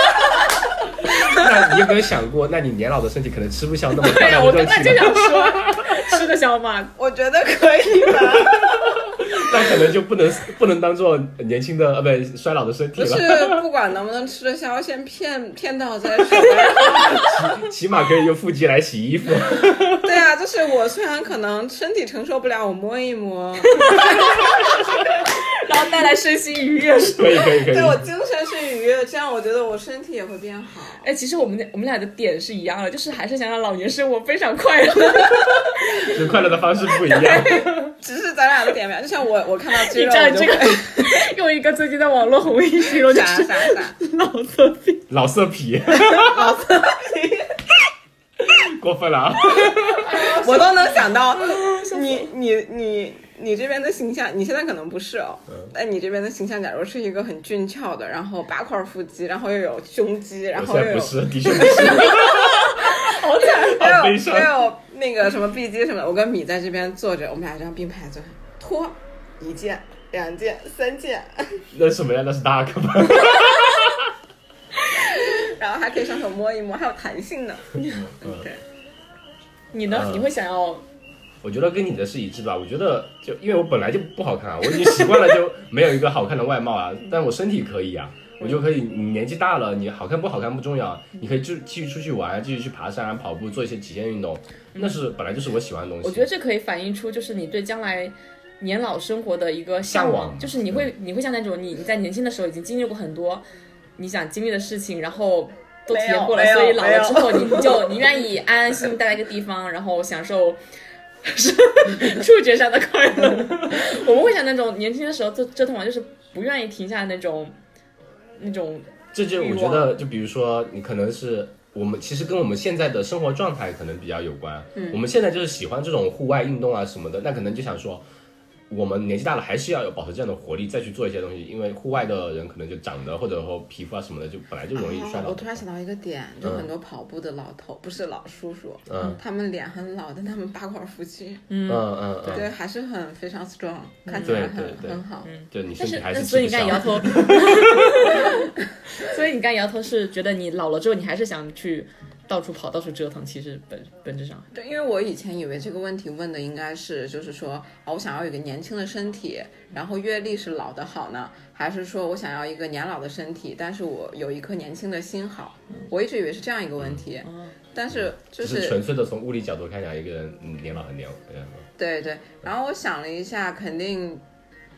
那你有没有想过，那你年老的身体可能吃不消那 么漂对啊，亮我的刚肉刚体就了， 想说，吃得消吗？我觉得可以 吧。那可能就不能不能当做年轻的呃，不衰老的身体不是了，不管能不能吃得消，先骗骗到再说吧。 起码可以用腹肌来洗 衣服。对啊，就是我虽然可能身体承受不了，我摸一摸，然后带来身心愉悦。可以可以可对我以，精神是愉悦，这样我觉得我身体也会变好。哎，其实我们俩我们俩的点是一样的，就是还是想让老年生活非常快 乐。就快乐的方式不一样。只是咱俩的点不一样，就像我我看到肌你肉我站就这会个 用一个最近在网络红一形容就傻是傻傻。老色批。老色 皮， 过分了啊！ 我都能想到你你你你这边的形象，你现在可能不是哦，嗯但你这边的形象，假如是一个很俊俏的，然后八块腹肌，然后又有胸肌，然哦我后现又在有不 是，的确不是， 好惨！还好悲有伤还有那个什么臂肌什么的，我跟米在这边坐着，我们俩这样并排坐，脱一件、两件、三件， 那是什么呀？那是 dark 吧？然后还可以上手摸一摸，还有弹性呢。 对，你呢？嗯你会想要我觉得跟你的是一致吧。我觉得就因为我本来就不好看啊，我已经习惯了就没有一个好看的外貌啊， 但我身体可以啊，我就可以。你年纪大了，你好看不好看不重要，你可以继继续出去玩，继续去爬山、跑步，做一些极限运动，那是本来就是我喜欢的东西。我觉得这可以反映出就是你对将来年老生活的一个向向往，往就是你会你会像那种你你在年轻的时候已经经历过很多你想经历的事情，然后都体验过了，没有所以老没了有之后你你就 你愿意安安心心待在一个地方，然后享受 触觉上的快乐。我们会想那种年轻的时候折折腾完就是不愿意停下来那种那种这就我觉得，就比如说，你可能是我们其实跟我们现在的生活状态可能比较有关。我们现在就是喜欢这种户外运动啊什么的，那可能就想说，我们年纪大了还是要有保持这样的活力，再去做一些东西，因为户外的人可能就长得或者和皮肤啊什么的，就嗯本来就容易衰啊老。我突然想到一个点，就很多跑步的老头，不是老叔叔，嗯他们脸很老，但他们八块腹肌，嗯嗯嗯，对，还是很非常 strong，看起来对对很对嗯很好。就你身但体是，还那所吃不以你刚才消摇。头，所以你刚才摇头是觉得你老了之后，你还是想去到处跑、到处折腾。其实本本质上，对，因为我以前以为这个问题问的应该是，就是说，啊，我想要一个年轻的身体，然后阅历是老的好呢，还是说我想要一个年老的身体，但是我有一颗年轻的心好？我一直以为是这样一个问题，但是就嗯只是纯粹的从物理角度看讲，一个人嗯年老很年很年老。对对，然后我想了一下，肯定，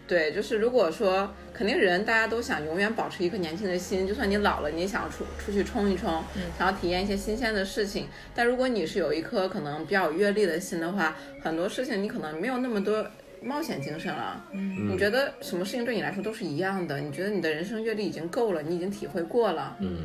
对，就是如果说肯定人大家都想永远保持一颗年轻的心，就算你老了，你也想要出出去冲一冲，想要体验一些新鲜的事情。但如果你是有一颗可能比较有阅历的心的话，很多事情你可能没有那么多。冒险精神了，嗯，你觉得什么事情对你来说都是一样的？你觉得你的人生阅历已经够了，你已经体会过了，嗯，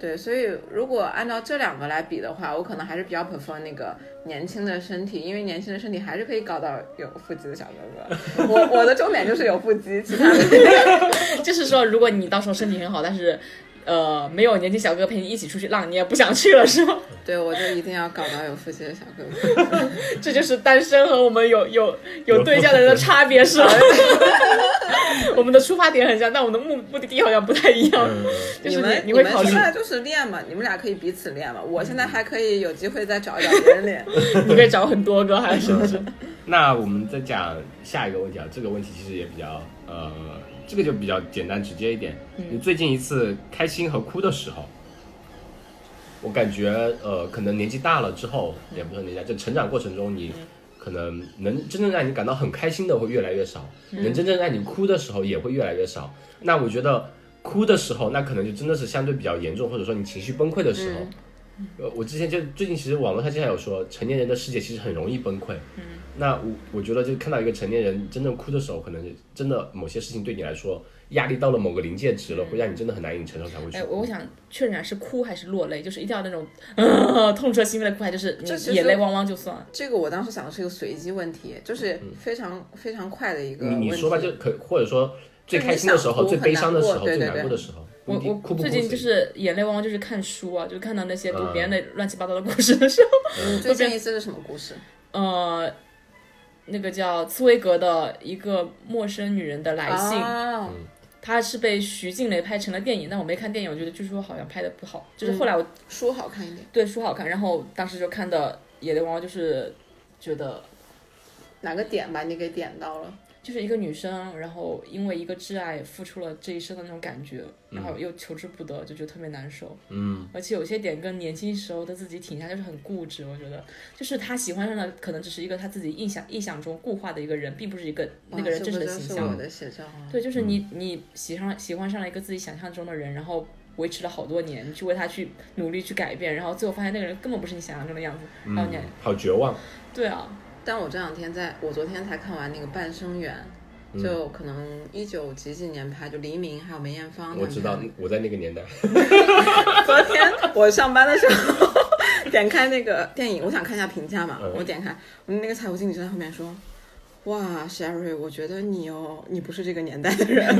对，所以如果按照这两个来比的话，我可能还是比较 prefer 那个年轻的身体，因为年轻的身体还是可以搞到有腹肌的小哥哥。 我我的重点就是有腹肌，其他的就是说，如果你到时候身体很好，但是呃没有年轻小哥陪你一起出去浪，你也不想去了，是吗？ 对我就一定要搞到有腹肌的小哥哥。这就是单身和我们有有有对象的人的差别，是吧？ 我们的出发点很像，但我们的目目的地好像不太一样。 嗯就是们你你会们考虑现在就是练嘛，你们俩可以彼此练嘛。我现在还可以有机会再找一找别人 练。你可以找很多个，还是不是？那我们再讲下一个问题啊，这个问题其实也比较呃，这个就比较简单直接一点。你最近一次开心和哭的时候，我感觉呃，可能年纪大了之后，也不是年纪大，就成长过程中你。可能能真正让你感到很开心的会越来越少，能真正让你哭的时候也会越来越少。嗯那我觉得哭的时候，那可能就真的是相对比较严重，或者说你情绪崩溃的时候。呃，我之前就最近其实网络上经常有说，成年人的世界其实很容易崩溃。嗯，那我我觉得就看到一个成年人真正哭的时候，可能真的某些事情对你来说压力到了某个临界嗯值了，会让你真的很难以承受才会去哎，。我我想确认一下是哭还是落泪，就是一定要那种、呃、痛彻心扉的哭，还就是这其实嗯眼泪汪汪就算了。这个我当时想的是一个随机问题，就是非常非常快的一个你嗯问题。你说吧，就可或者说最就是开心的时候、想哭最悲伤的时很难候、过最对对难过对的时候，我不一定哭不我哭最近谁就是眼泪汪汪，就是看书啊，就是看到那些读别人的乱七八糟的故事的时候，你最近一次是什么故 事？呃，那个叫茨威格的一个陌生女人的来信，啊嗯它是被徐静蕾拍成了电影，但我没看电影，我觉得据说好像拍的不好，就是后来我书好看一点，对书好看，然后当时就看的眼泪汪汪，就是觉得哪个点把你给点到了？就是一个女生，然后因为一个挚爱付出了这一生的那种感觉，然嗯后又求之不得，就觉得特别难受。嗯，而且有些点跟年轻时候的自己挺像，就是很固执。我觉得，就是她喜欢上的可能只是一个她自己印象印象中固化的一个人，并不是一个那个人哇真实的这不形啊就是象。我的写照啊！对，嗯就是你你喜上喜欢上了一个自己想象中的人，然后维持了好多年，你去为他去努力去改变，然后最后发现那个人根本不是你想象中的样子，然后你还好绝望。对啊，但我这两天在，我昨天才看完那个《半生缘》，嗯就可能一九几几年拍，就黎明还有梅艳芳他们我知道拍的我在那个年代，昨天我上班的时候点开那个电影，我想看一下评价嘛，嗯我点开，我们那个财务经理就在后面说。哇，Sherry，我觉得你哦，你不是这个年代的人。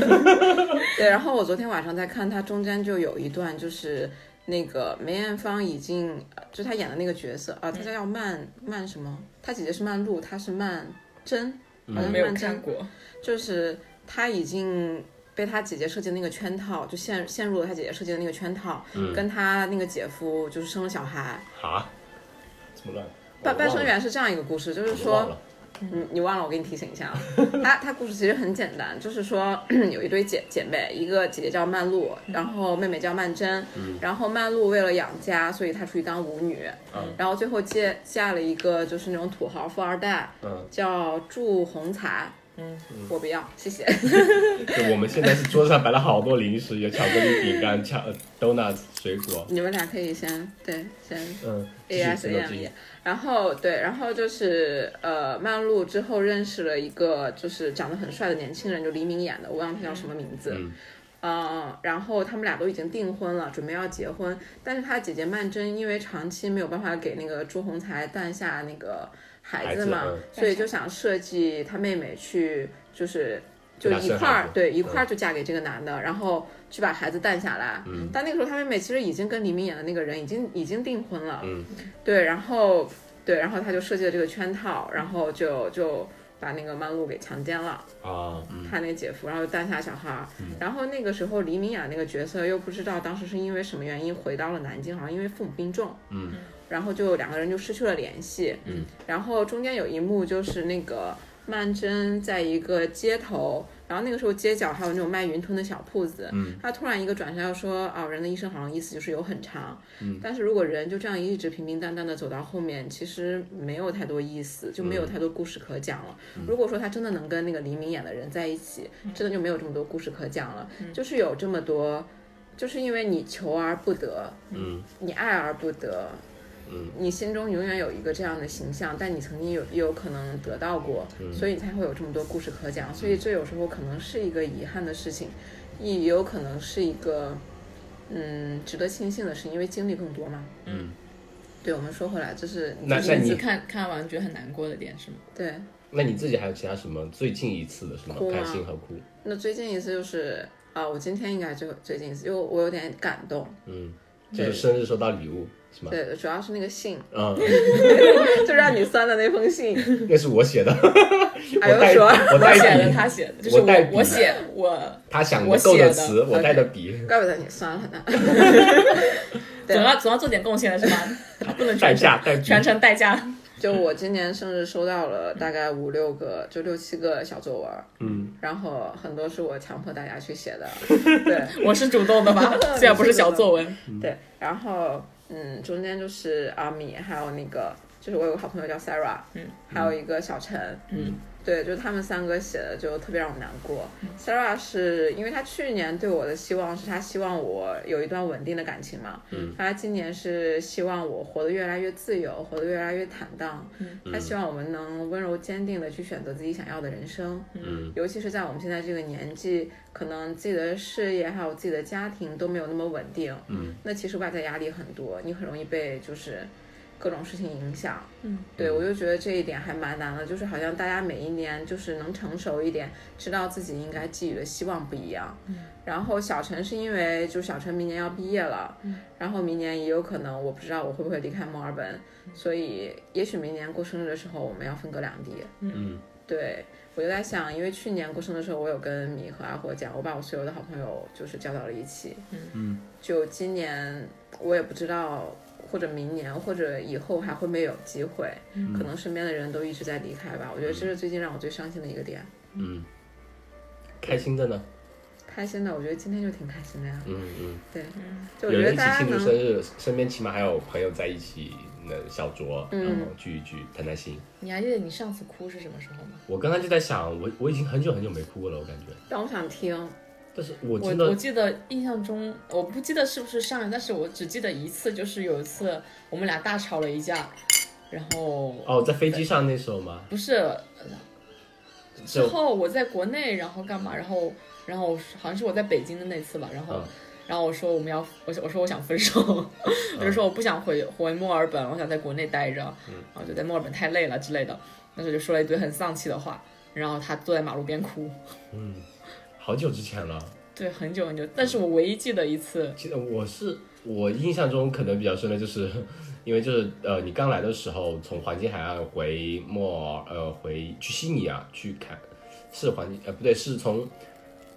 对，然后我昨天晚上在看，他中间就有一段，就是那个梅艳芳已经，呃就她演的那个角色啊，她叫曼曼什么？她姐姐是曼璐，她是曼桢，嗯好像是没有曼桢看过，就是他已经被他姐姐设计的那个圈套，就陷陷入了他姐姐设计的那个圈套，嗯跟他那个姐夫就是生了小孩。哈，怎么乱？半我半忘生了缘是这样一个故事，就是我忘说，嗯了你你忘了，我给你提醒一下啊。 他他故事其实很简单，就是说 有一对姐姐妹，一个姐姐叫曼璐，嗯然后妹妹叫曼桢，然后曼璐为了养家，所以她出去当舞女，嗯然后最后嫁嫁了一个就是那种土豪富二代，嗯叫祝鸿才。嗯，我不要，谢谢。就我们现在是桌上摆了好多零食，有巧克力饼干、巧呃 donuts、水果，你们俩可以先对先嗯 A 继 S 续 A 这 M 继 E，续然后对，然后就是呃，曼璐之后认识了一个就是长得很帅的年轻人，就黎明演的，我忘了他叫什么名字。嗯呃，然后他们俩都已经订婚了，准备要结婚，但是他姐姐曼桢因为长期没有办法给那个朱鸿才诞下那个孩孩子子嘛，嗯所以就想设计他妹妹去就是就给他一生块孩儿子对一块儿就嫁给这个男的，然后去把孩子诞下来。但那个时候他妹妹其实已经跟黎明演的那个人已经已经订婚了，嗯对，然后对，然后他就设计了这个圈套，然后就就把那个曼璐给强奸了。啊，嗯他那个姐夫，然后诞下小孩儿。然后那个时候，黎明啊演那个角色又不知道当时是因为什么原因回到了南京，好像因为父母病重。嗯。然后就两个人就失去了联系。嗯。然后中间有一幕就是那个曼桢在一个街头，然后那个时候街角还有那种卖云吞的小铺子。嗯。他突然一个转身要说啊，人的一生好像意思就是有很长。嗯。但是如果人就这样一直平平淡淡的走到后面，其实没有太多意思，就没有太多故事可讲了。如果说他真的能跟那个黎明演的人在一起，真的就没有这么多故事可讲了，就是有这么多，就是因为你求而不得，嗯，你爱而不得，嗯，你心中永远有一个这样的形象，但你曾经有也有可能得到过，所以你才会有这么多故事可讲，所以这有时候可能是一个遗憾的事情，也有可能是一个，嗯，值得庆幸的事，因为经历更多嘛，嗯。对，我们说回来，就是那就是那每你次看看完觉得很难过的点是吗？对，那你自己还有其他什么最近一次的什哭么吗开心和哭？那最近一次就是啊，我今天应该就最近一次，因为我有点感动。嗯，就是生日收到礼物是吗？对，主要是那个信， 嗯，就让你酸的那封信。那是我写的，我 哎呦带说我他写带的，笔，他写的，就是我带我笔我写我他想我的够写的的词，我 OK 带的笔，怪不得你酸了呢。 对总要总要做点贡献的是 吧？他不能代全价程代笔，全程代驾。就我今年生日收到了大概五六个，就六七个小作文，嗯，然后很多是我强迫大家去写的。对，？我是主动的 吧虽然不是小作文，对，然后嗯，中间就是阿米，还有那个就是我有个好朋友叫 Sarah，嗯，还有一个小陈，嗯，嗯对，就他们三个写的就特别让我难过。Sarah 是因为她去年对我的希望是她希望我有一段稳定的感情嘛，嗯，她今年是希望我活得越来越自由，活得越来越坦荡，嗯，她希望我们能温柔坚定的去选择自己想要的人生，嗯，尤其是在我们现在这个年纪，可能自己的事业还有自己的家庭都没有那么稳定，嗯，那其实外在压力很多，你很容易被就是。各种事情影响，嗯，对我就觉得这一点还蛮难的，就是好像大家每一年就是能成熟一点，知道自己应该寄予的希望不一样，嗯，然后小陈是因为就小陈明年要毕业了，嗯，然后明年也有可能我不知道我会不会离开墨尔本，所以也许明年过生日的时候我们要分隔两地，嗯，对我就在想，因为去年过生日的时候我有跟米和阿火讲，我把我所有的好朋友就是叫到了一起，嗯嗯，就今年我也不知道或者明年，或者以后还会不会有机会？嗯可能身边的人都一直在离开吧。我觉得这是最近让我最伤心的一个点。嗯，开心的呢，开心的，我觉得今天就挺开心的呀。嗯嗯，对，就我有觉人得一起大家庆祝能生日，身边起码还有朋友在一起，那小酌，嗯然后聚一聚，谈谈心。你还记得你上次哭是什么时候吗？我刚才就在想，我我已经很久很久没哭了，我感觉，但我想听，但是我我真我的记得印象中，我不记得是不是上一，但是我只记得一次，就是有一次我们俩大吵了一架，然后哦，在飞机上那时候 吗？不是之就后我在国内，然后干嘛？然后然后好像是我在北京的那次吧，然后、嗯然后我说我们要，我我说我想分手，我呃嗯就说我不想回回墨尔本，我想在国内待着，然后就在墨尔本太累了之类的，那时候就说了一堆很丧气的话，然后他坐在马路边哭，好久之前了。对，很久很久，但是我唯一记得一次，其实我是我印象中可能比较深的就是，因为就是呃，你刚来的时候从黄金海岸回莫尔呃回去悉尼啊，去凯是黄金呃不对，是从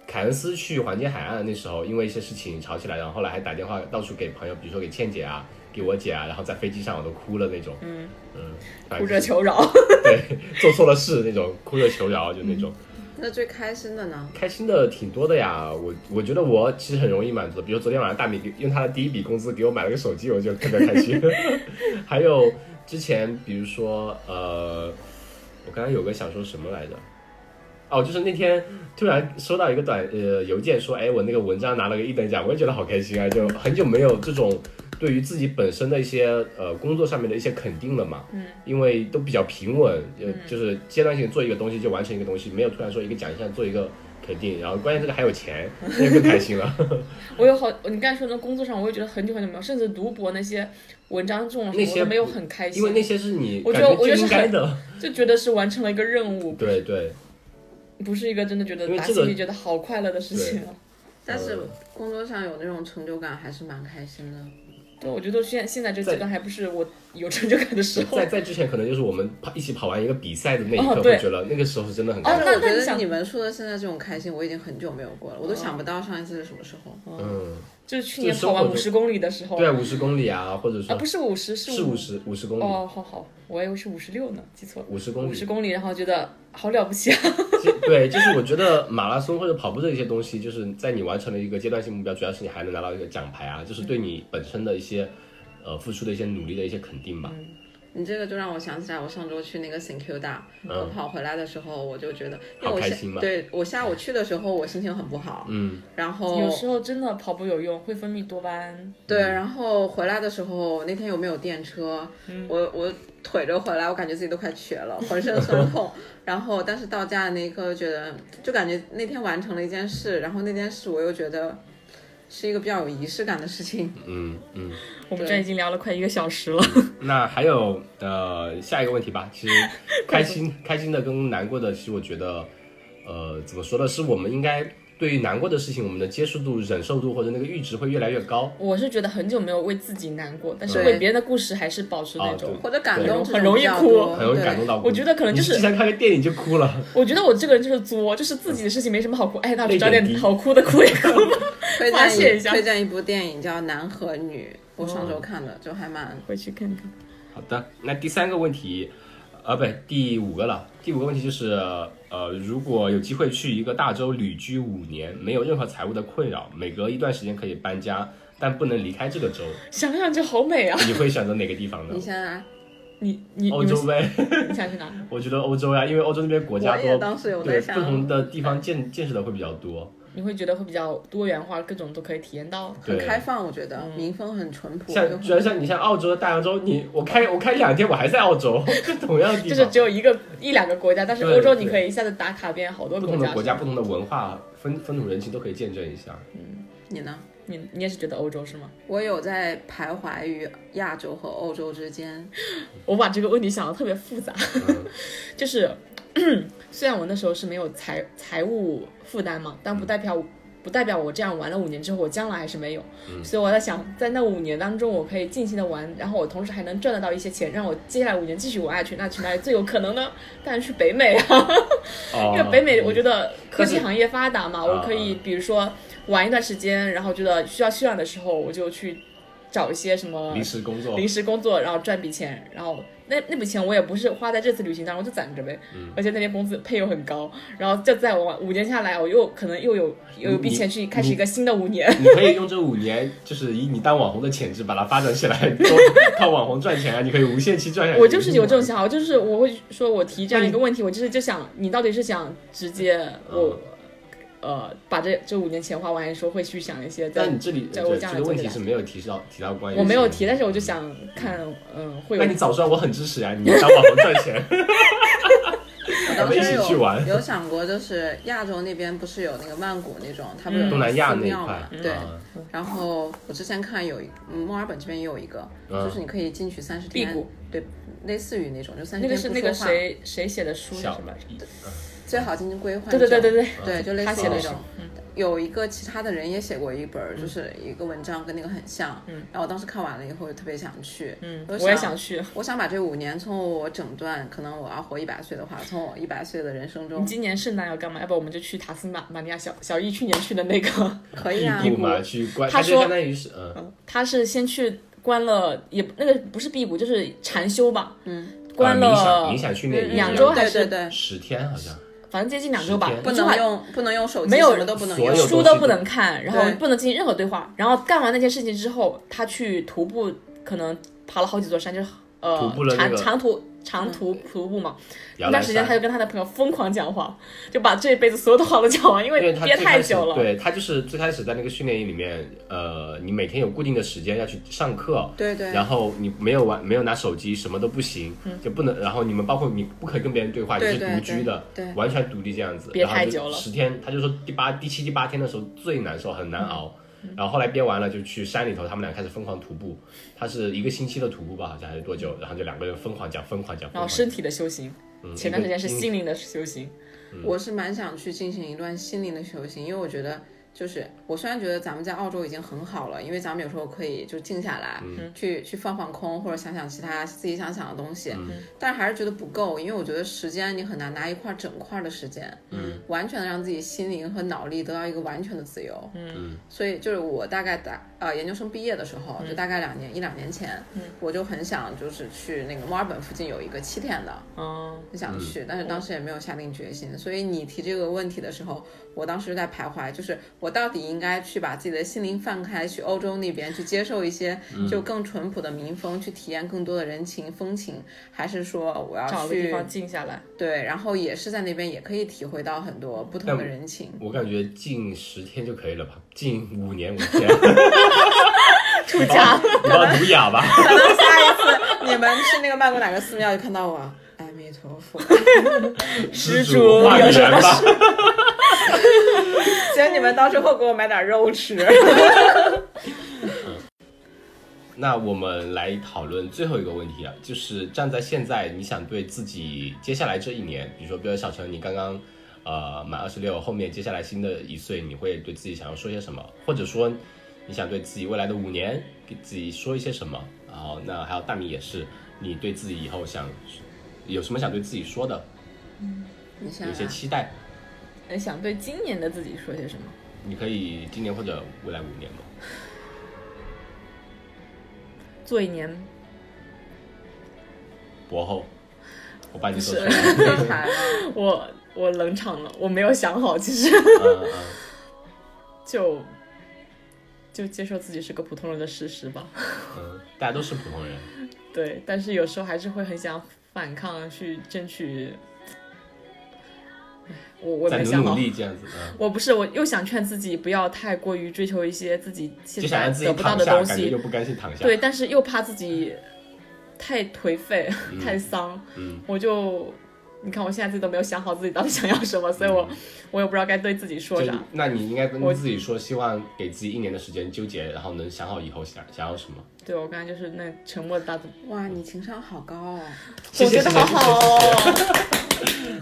凯恩斯去黄金海岸那时候，因为一些事情吵起来，然后后来还打电话到处给朋友，比如说给倩姐啊，给我姐啊，然后在飞机上我都哭了那种，嗯嗯，哭着求饶， 对做错了事那种，哭着求饶就那种。那最开心的呢？开心的挺多的呀，我我觉得我其实很容易满足的，比如昨天晚上大米给用他的第一笔工资给我买了个手机，我就特别开心。还有之前比如说呃，我刚刚有个想说什么来着？哦，就是那天突然收到一个短呃邮件说，哎，我那个文章拿了个一等奖，我也觉得好开心啊，就很久没有这种对于自己本身的一些呃工作上面的一些肯定了嘛，嗯，因为都比较平稳，呃，就是阶段性做一个东西就完成一个东西，没有突然说一个奖项做一个肯定，然后关键这个还有钱，那就更开心 了。我有好，你刚才说那工作上，我也觉得很久很久没有，甚至读博那些文章这种什那么，些我都没有很开心，因为那些是你我感觉得就我觉得是应该 的，就觉得是完成了一个任务，对对，不是一个真的觉得因为打这心个里觉得好快乐的事情啊。但是呃工作上有那种成就感，还是蛮开心的。对，我觉得现现在这在阶段还不是我有成就感的时候。在在之前可能就是我们跑一起跑完一个比赛的那一哦刻，对会觉得那个时候是真的很开哦心。但是我那觉那你得想你们说的现在这种开心，我已经很久没有过了，我都想不到上一次是什么时候。嗯，就是去年就是跑生活完中五十公里的时候，对，五十公里啊，或者啊，说不是五十，是是五十五十公里，哦，好好，我以为是五十六呢，记错了，五十公五里十。公里，然后觉得好了不起啊。其对，就是我觉得马拉松或者跑步这些东西，就是在你完成了一个阶段性目标，主要是你还能拿到一个奖牌啊，就是对你本身的一些呃付出的一些努力的一些肯定吧。你这个就让我想起来，我上周去那个 Thank 大，我跑回来的时候，我就觉得，嗯因为好我开下心吗对我下午去的时候，我心情很不好，嗯，然 有后时候真的跑步有用，会分泌多巴胺。对，然后回来的时候，那天有没有电车？嗯我我腿着回来，我感觉自己都快瘸了，浑身酸 痛。然后，但是到家的那一刻，觉得就感觉那天完成了一件事，然后那件事我又觉得是一个比较有仪式感的事情。嗯嗯。我们对这已经聊了快一个小时了， 那还有呃下一个问题吧，其实 开心开心的跟难过的，其实我觉得呃怎么说呢，是我们应该对于难过的事情，我们的接受度、忍受度或者那个阈值会越来越高。我是觉得很久没有为自己难过，但是对为别人的故事还是保持那啊种对。或者感动这种很容易比较哭多很容易对感动到哭我觉得可能就是你之前看个电影就哭了，我觉得我这个人就是作，就是自己的事情没什么好哭，哎，那我去泪找点点低好哭的哭一哭吧，推发泄荐一一下推荐一部电影叫《男和女》，我上哦周看的，就还蛮 嗯回去看看。好的，那第三个问题，呃，不，第五个了。第五个问题就是，呃，如果有机会去一个大洲旅居五年，没有任何财务的困扰，每隔一段时间可以搬家，但不能离开这个州，想想就好美啊！ 你会选择哪个地方呢你？现在你你欧你洲们呗，你想去哪？我觉得欧洲呀，因为欧洲那边国家我也多，当时有在对想不同的地方见见识的会比较多。 你会觉得会比较多元化，各种都可以体验到。很对开放，我觉得嗯民风很淳朴，就像很主要像你像澳洲、大洋洲，你我开我开两天，我还在澳洲， 就同样的地就方，是只有一个一两个国家，但是对欧洲你对可以一下子打卡遍好多不同的国国家、家。不同的文化、风风土人情都可以见证一下。你呢？你你也是觉得欧洲是吗？我有在徘徊于亚洲和欧洲之间，我把这个问题想的特别复杂，嗯 就是虽然我那时候是没有财财务负担嘛，但嗯不代表不代表我这样玩了五年之后，我将来还是没有。嗯所以我在想，在那五年当中，我可以尽情的玩，然后我同时还能赚得到一些钱，让我接下来五年继续玩下去。那去哪里最有可能呢？当然去北美啊。哦，因为北美，我觉得得科技行业发达嘛，但是嗯我可以比如说玩一段时间，然后觉得需要休养的时候，我就去找一些什么临时工作临时工作，然后赚笔钱，然后那那笔钱我也不是花在这次旅行当中，就攒着呗。而且那边工资配又很高，然后就在我玩五年下来，我又可能又有又有笔钱去开始一个新的五年。你可以用这五年，就是以你当网红的潜质把它发展起 来，多靠网红赚钱啊！你可以无限期赚下去。我就是有这种想法，就是我会说，我提这样一个问题，我就是就想，你到底是想直接我。呃，把这这五年钱花完，还是说会去想一些在但你这里在这我这家个问做题的是没有提到提到关于我没有钱提，但是我就想看，嗯，会那有你早说，我很支持啊！你当网红赚钱， 我我当们一时起去玩有有想过，就是亚洲那边不是有那个曼谷那种，它嗯不是有东南亚寺那一庙嘛块，对。啊然后我之前看有一，嗯墨尔本这边也有一个，嗯就是你可以进去三十辟天谷，对，类似于那种，就三那个十天是不那个说话，谁谁写的书是小什么来着？最好进行规划。对对对对对，对，就类他似于写的那是嗯种。有一个其他的人也写过一本儿，就是一个文章跟那个很像，嗯，然后我当时看完了以后就特别想去，嗯，我我也想去。我想把这五年从我整段，可能我要活一百岁的话，从我一百岁的人生你中，今年圣诞要干嘛？要不我们就去塔斯马马尼亚小小易去年去的那个，可以啊辟，谷嘛，去关，他它就说相当于是嗯，他是先去关了，也那个不是辟谷，就是禅修吧，嗯，关啊冥想了嗯冥想训练营两周还对对是对，十天好像，反正接近两周吧十，天不一周能还用不能用手机，没有什么都不能所用有，书都不能看，然后对不能进行任何对话。然后干完那件事情之后，他去徒步，可能爬了好几座山，就是呃徒步了那长个长途长嗯途徒步嘛。摇那篮段时间山他就跟他的朋友疯狂讲话，就把这一辈子所有的话都讲完，因因为为他憋最开太始久了。对他就是最开始在那个训练营里面，呃，你每天有固定的时间要去上课，对对然后你没有玩，没有拿手机，什么都不行，就不能。然后你们包括你不可以跟别人对话，你对是独对居的，对对完全独立这样子。憋太久了十天，他就说第八、第七、第八天的时候最难受，很难熬。嗯然后后来憋完了，就去山里头，他们俩开始疯狂徒步。他是一个星期的徒步吧，好像还是多久？然后就两个人疯狂讲，疯狂讲，疯然哦后狂身讲。体的修行，嗯前段时间是一个心灵的修行。我是蛮想去进行一段心灵的修行，因为我觉得就是我虽然觉得咱们在澳洲已经很好了，因为咱们有时候可以就静下来，去去放放空或者想想其他自己想想的东西，但是还是觉得不够，因为我觉得时间你很难拿一块整块的时间，嗯，完全的让自己心灵和脑力得到一个完全的自由，嗯，所以就是我大概大呃研究生毕业的时候，就大概两年一两年前，我就很想就是去那个墨尔本附近有一个七天的，嗯，很想去，但是当时也没有下定决心。所以你提这个问题的时候，我当时就在徘徊，就是我到底应该去把自己的心灵放开，去欧洲那边去接受一些嗯就更淳朴的民风，去体验更多的人情风情，还是说我找要个地去方静下来。对，然后也是在那边也可以体会到很多不同的人情。 我感觉近十天就可以了吧，近五年五 天， 出家，你要儒雅吧。可能下一次你们去那个曼谷哪个寺庙就看到我，阿弥陀佛。 施主化有什吧？行，你们到时候给我买点肉吃。那我们来讨论最后一个问题啊，就是站在现在，你想对自己接下来这一年，比如说，比如小陈，你刚刚呃满二十六，后面接下来新的一岁，你会对自己想要说些什么？或者说，你想对自己未来的五年给自己说一些什么？然后，那还有大米也是，你对自己以后想有什么想对自己说的，你想有些想，期待，呃想对今年的自己说些什么？你可以今年或者未来五年嘛？做一年博后，我把你说出不来。废柴了。 我我冷 嗯场了，我没有想好，其实嗯嗯就就接受自己是个普通人的事实吧。嗯，大家都是普通人，对，但是有时候还是会很想反抗，去争取。唉我我也在没努想努好，力这样子，嗯，我不是，我又想劝自己不要太过于追求一些自己现就想在让自得己不到躺的下，感东觉西又，不甘心躺下，对，但是又怕自己太颓废、嗯太丧，嗯，我就你看我现在自己都没有想好自己到底想要什么，所以我、我也不知道该对自己说嗯就啥。那你应该跟我自己说，希望给自己一年的时间纠结，然后能想好以后想想要什么。对我刚才就是那沉默的大总，哇，你情商好高哦！谢我谢觉得好好 哦。啊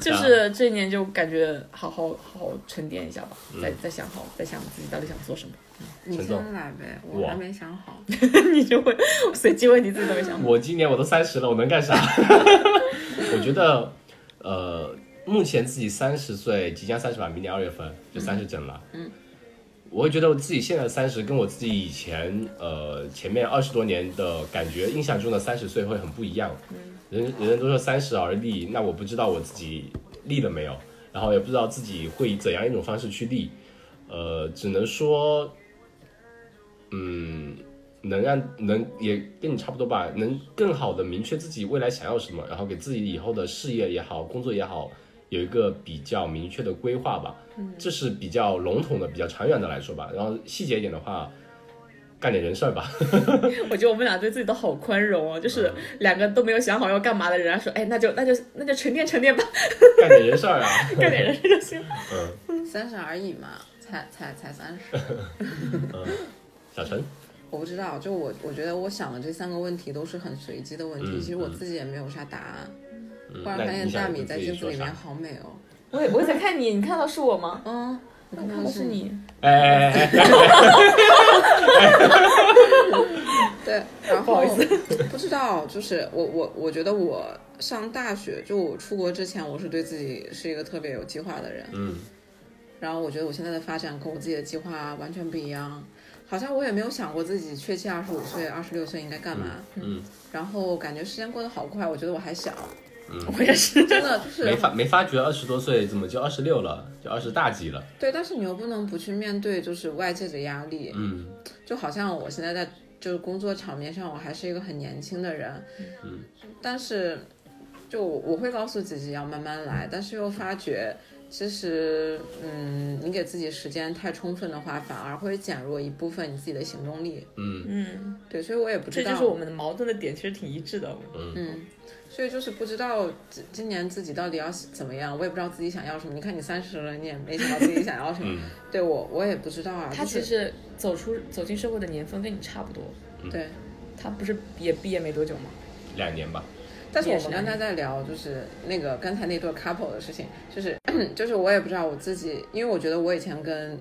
就谢是这一年就感觉好好好好沉淀一下吧，嗯再再想好，再想自己到底想做什么。 你陈先总来呗，我我还没想好。 你就会随机问题自己都没想好。我今年我都三十了，我能干啥？ 我觉得，呃，目前自己三十岁，即将三十吧，明年二月份就三十整了。嗯，我会觉得我自己现在三十跟我自己以前呃前面二十多年的感觉印象中的三十岁会很不一样。人人人都说三十而立，那我不知道我自己立了没有，然后也不知道自己会以怎样一种方式去立，呃，只能说，嗯，能让能也跟你差不多吧，能更好的明确自己未来想要什么，然后给自己以后的事业也好，工作也好，有一个比较明确的规划吧。嗯这是比较笼统的、比较长远的来说吧。然后细节一点的话，干点人事儿吧。 我觉得我们俩对自己都好宽容哦，嗯就是两个都没有想好要干嘛的人，然后说，哎，那就那就那就沉淀沉 淀吧，干点人事儿啊。干点人事 就行了。嗯三十而已嘛，才才才三十， 嗯， 小陈，我不知道。就我我觉得我想的这三个问题都是很随机的问题，嗯其实我嗯自己也没有啥答案。嗯忽然那发现你大想米跟在自己镜子说里啥面？好美哦。我也我也在看你，你看到是我吗？嗯，我看看到到的是。你，哎哎哎 哎，对，然不好后意思 不知道，就是我我我觉得我上大学就我出国之前，我是对自己是一个特别有计划的人。嗯然后我觉得我现在的发展跟我自己的计划完全不一样，好像我也没有想过自己确切二十五岁、二十六岁应该干嘛。嗯然后感觉时间过得好快，我觉得我还小，嗯，我也是。真的就没是啊发没发觉二十多岁怎么就二十六了，就二十大几了。对，但是你又不能不去面对就是外界的压力，嗯就好像我现在在就是工作场面上，我还是一个很年轻的人，嗯，但是就我会告诉自己要慢慢来，但是又发觉。其实，嗯，你给自己时间太充分的话，反而会减弱一部分你自己的行动力。嗯嗯，对，所以我也不知这道，就是我们的矛盾的点，其实挺一致的。嗯嗯，所以就是不知道今今年自己到底要怎么样，我也不知道自己想要什么。你看你三十了，你也没想到自己想要什么。嗯对我，我也不知道啊。他就是其实走出走进社会的年份跟你差不多，嗯对，他不是也毕业没多久吗？两年吧。但是我也是们刚才在聊就是那个刚才那对 couple 的事情，就是 就是我也不知道我自己，因为我觉得我以前跟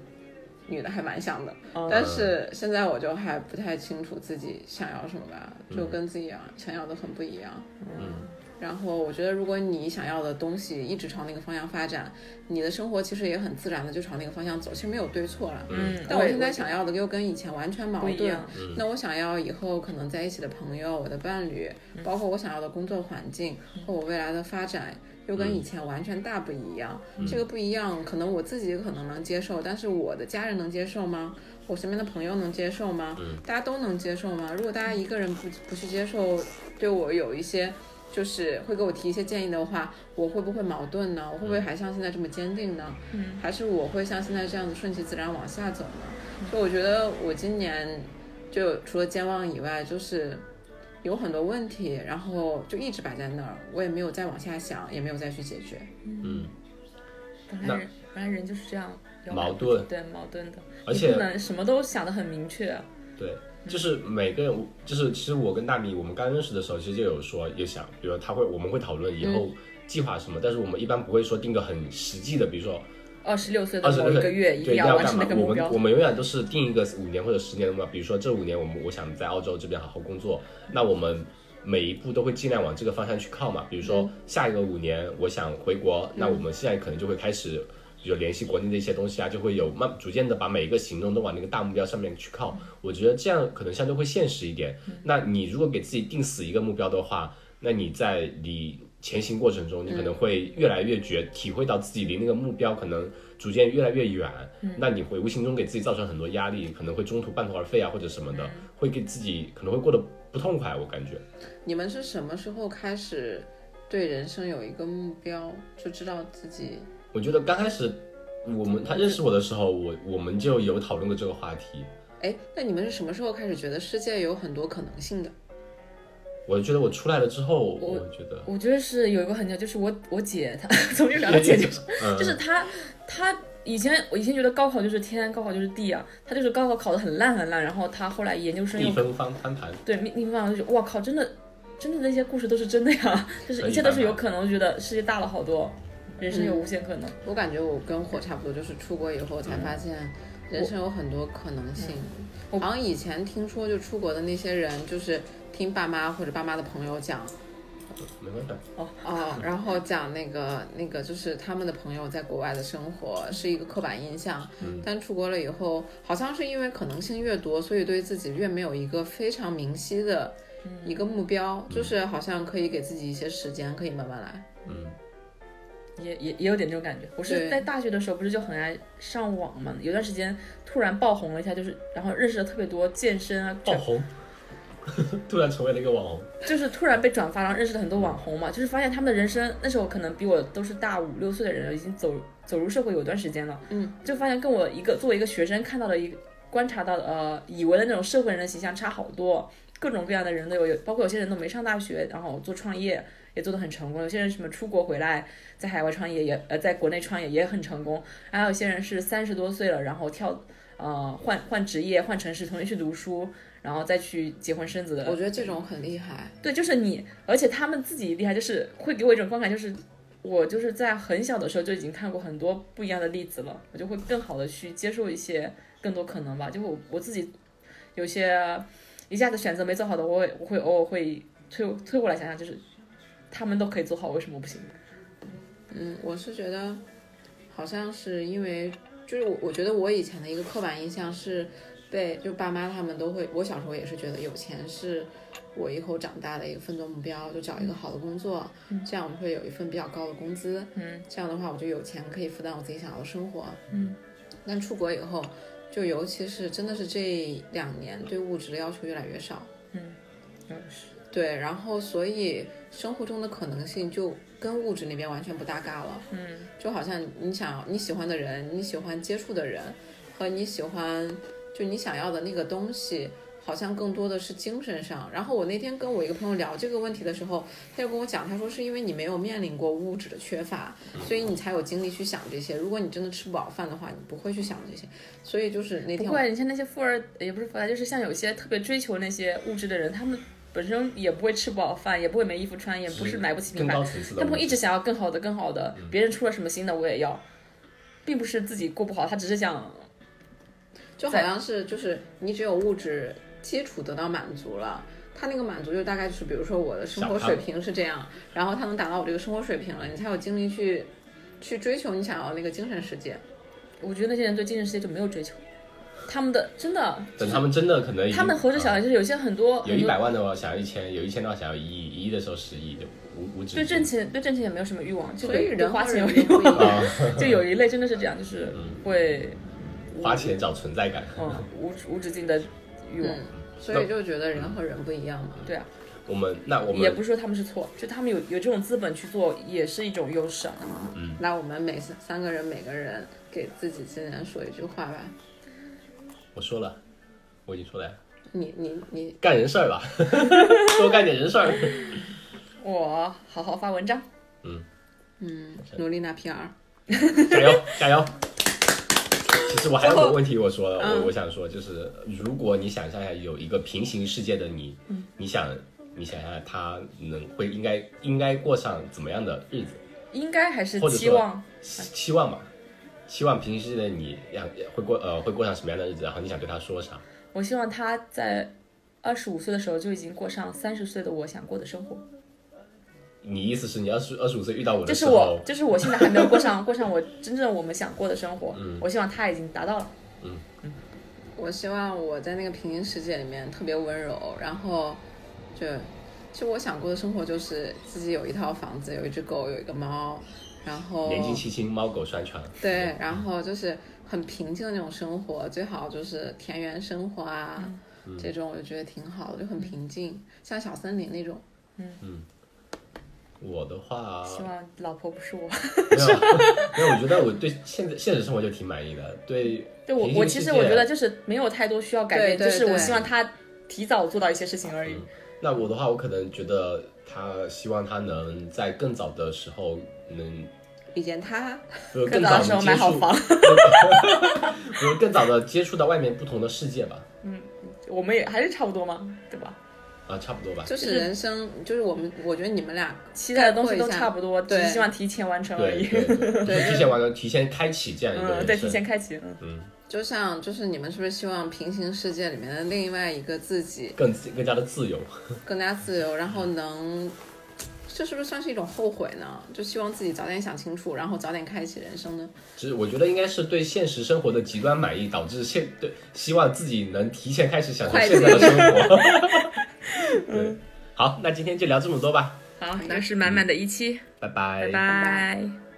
女的还蛮像的，嗯但是现在我就还不太清楚自己想要什么吧，就跟自己啊想要的很不一样。嗯然后我觉得，如果你想要的东西一直朝那个方向发展，你的生活其实也很自然的就朝那个方向走，其实没有对错了。嗯，但我现在想要的又跟以前完全矛不一盾样。。那我想要以后可能在一起的朋友、我的伴侣，包括我想要的工作环境和我未来的发展，又跟以前完全大不一样。这个不一样，可能我自己可能能接受，但是我的家人能接受吗？我身边的朋友能接受吗？大家都能接受吗？如果大家一个人不不去接受，对我有一些。就是会给我提一些建议的话，我会不会矛盾呢？我会不会还像现在这么坚定呢？嗯，还是我会像现在这样子顺其自然往下走呢？所以我觉得我今年就除了健忘以外，就是有很多问题，然后就一直摆在那儿，我也没有再往下想，也没有再去解决。嗯，本来人本来人就是这样摇摆矛盾对矛盾的，而你且不能什么都想得很明确。对，就是每个人，就是其实我跟大米，我们刚认识的时候，其实就有说也想，比如他会，我们会讨论以后计划什么，但是我们一般不会说定个很实际的，比如说二十六岁的二十某六一个岁月对一一定定要完干成嘛那个？目我们标我。们永远都是定一个五年或者十年的目标，比如说这五年我们我想在澳洲这边好好工作，那我们。每一步都会尽量往这个方向去靠嘛，比如嗯说下一个五年我想回国，那我们现在可能就会开始有联系国内的一些东西啊，就会有慢逐渐的把每一个行动都往那个大目标上面去靠。嗯我觉得这样可能相对会现实一点。那你如果给自己定死一个目标的话，那你在离前行过程中，嗯你可能会越来越觉体会到自己离那个目标可能逐渐越来越远，嗯那你会无形中给自己造成很多压力，可能会中途半途而废啊或者什嗯么的，会给自己可能会过得不痛快，我感觉。你们是什么时候开始对人生有一个目标，就知道自己我觉得刚开始我们他认识我的时候，我我们就有讨论过这个话题。哎，那你们是什么时候开始觉得世界有很多可能性的？我觉得我出来了之后，我觉得我觉得是有一个很久，就是我我姐她 从这聊到姐姐，嗯就是她她以前我以前觉得高考就是天，高考就是地啊，她就是高考考得很烂很烂，然后她后来研究生一又分翻翻盘，对密密方就是哇靠，真的真的那些故事都是真的呀，就是可以一切都是办有法可能，我觉得世界大了好多，人生有无限可能。我感觉我跟火差不多，就是出国以后才发现，人生有很多可能性。我好像以前听说，就出国的那些人，就是听爸妈或者爸妈的朋友讲，没办法。哦，然后讲那个那个，就是他们的朋友在国外的生活是一个刻板印象，但出国了以后，好像是因为可能性越多，所以对自己越没有一个非常明晰的一个目标，就是好像可以给自己一些时间，可以慢慢来。也也也有点这种感觉。我是对在大学的时候，不是就很爱上网嘛？有段时间突然爆红了一下，就是然后认识了特别多健身啊，爆红， 突然成为了一个网红。就是突然被转发，然后认识了很多网红嘛，就是发现他们的人生，那时候可能比我都是大五六岁的人，已经走走入社会有段时间了，嗯，就发现跟我一个作为一个学生看到的一个观察到的呃以为的那种社会人的形象差好多，各种各样的人都有，有包括有些人都没上大学，然后做创业也做得很成功，有些人什么出国回来在海外创业也呃在国内创业也很成功，还有些人是三十多岁了，然后跳呃换换职业换城市，重新去读书。然后再去结婚生子的我觉得这种很厉害，对，就是你，而且他们自己厉害，就是会给我一种观感，就是我就是在很小的时候就已经看过很多不一样的例子了，我就会更好的去接受一些更多可能吧。就我我自己有些一下子选择没做好的，我会我会偶尔会推推过来想想，就是他们都可以做好，为什么我不行？嗯，我是觉得，好像是因为，就是我我觉得我以前的一个刻板印象是被就爸妈他们都会，我小时候也是觉得有钱是我以后长大的一个奋斗目标，就找一个好的工作，这样我会有一份比较高的工资，嗯，这样的话我就有钱可以负担我自己想要的生活，嗯。但出国以后，就尤其是真的是这两年对物质的要求越来越少，对，然后所以生活中的可能性就跟物质那边完全不搭嘎了。嗯，就好像你想你喜欢的人，你喜欢接触的人，和你喜欢就你想要的那个东西，好像更多的是精神上。然后我那天跟我一个朋友聊这个问题的时候，他就跟我讲，他说是因为你没有面临过物质的缺乏，所以你才有精力去想这些。如果你真的吃不饱饭的话，你不会去想这些。所以就是那不天我怪你像那些富二，也不是富二代，就是像有些特别追求那些物质的人，他们本身也不会吃不饱饭，也不会没衣服穿，也不是买不起名更牌高，层次的他问们题，一直想要更好的、更好的，嗯别人出了什么新的我也要，并不是自己过不好，他只是想，就好像是就是你只有物质基础得到满足了，他那个满足就大概就是，比如说我的生活小康水平是这样，然后他能达到我这个生活水平了，你才有精力去去追求你想要的那个精神世界。我觉得那些人对精神世界就没有追求，他们的真的，等他们真的可能已经他们活着想啊的就是有些很多有很一多百万的话想要一千，有一千的话想要一亿，一亿的时候十亿，就无无止对境。挣钱对挣钱也没有什么欲望，就所以对对人花和钱有人欲都不一望，样，就有一类真的是这样，就是嗯会花钱找存在感。嗯无无止境的欲嗯望，所以就觉得人和人不一样嘛。对啊，我们那我也们不是说他们是错，就他们有有这种资本去做也是一种优势啊。那我们每三三个人每个人给自己今年说一句话吧。我说了，我已经说了呀，你你你，干人事儿吧， 多干点人事 儿。我好好发文章，嗯，努力拿 PR。加油加油！其实我还有最后个问题，我说了，嗯我我想说，就是如果你想象一下有一个平行世界的你，嗯你想你想象他能会应该应该过上怎么样的日子？应该还是或者期说望期期望吧，期望平行世界的你让会过呃会过上什么样的日子？然后你想对他说啥？我希望他在二十五岁的时候就已经过上三十岁的我想过的生活。你意思是你二十二十五岁遇到我这的时是我候，，这是我现在还没有过上 过上我真正我们想过的生活。嗯我希望他已经达到了。我希望我在那个平行世界里面特别温柔，然后就就我想过的生活就是自己有一套房子，有一只狗，有一个猫，然后年近七轻，猫狗双全。对，然后就是很平静的那种生活，最好就是田园生活啊，嗯这种我就觉得挺好的，就很平静，像小森林那种。我的 话，希望老婆不是我。没有，啊没有，我觉得我对现在现实生活就挺满意的。对，对我平，行我其实世界我觉得就是没有太多需要改变，对对就是我对希望他提早做到一些事情而嗯已。那我的话，我可能觉得他希望他能在更早的时候能，以前他呃更早的时候地买接好触，房，比如更早的接触到外面不同的世界吧。我们也还是差不多嘛，对吧？啊，差不多吧。就是人生，就是我们，我觉得你们俩期待的东西都概括一下差不多，只是对希望提前完成而对已。对，对就对是提前完了，提前开启这样一个人嗯，生。对，提前开启，嗯，就像就是你们是不是希望平行世界里面的另外一个自己更自更加的自由。更加自由，然后能，这是不是算是一种后悔呢？就希望自己早点想清楚，然后早点开启人生呢？只是我觉得应该是对现实生活的极端满意，导致现对希望自己能提前开始享受快现在的生活。 对，好，那今天就聊这么多吧，嗯好，那是满满的一期，拜拜嗯拜拜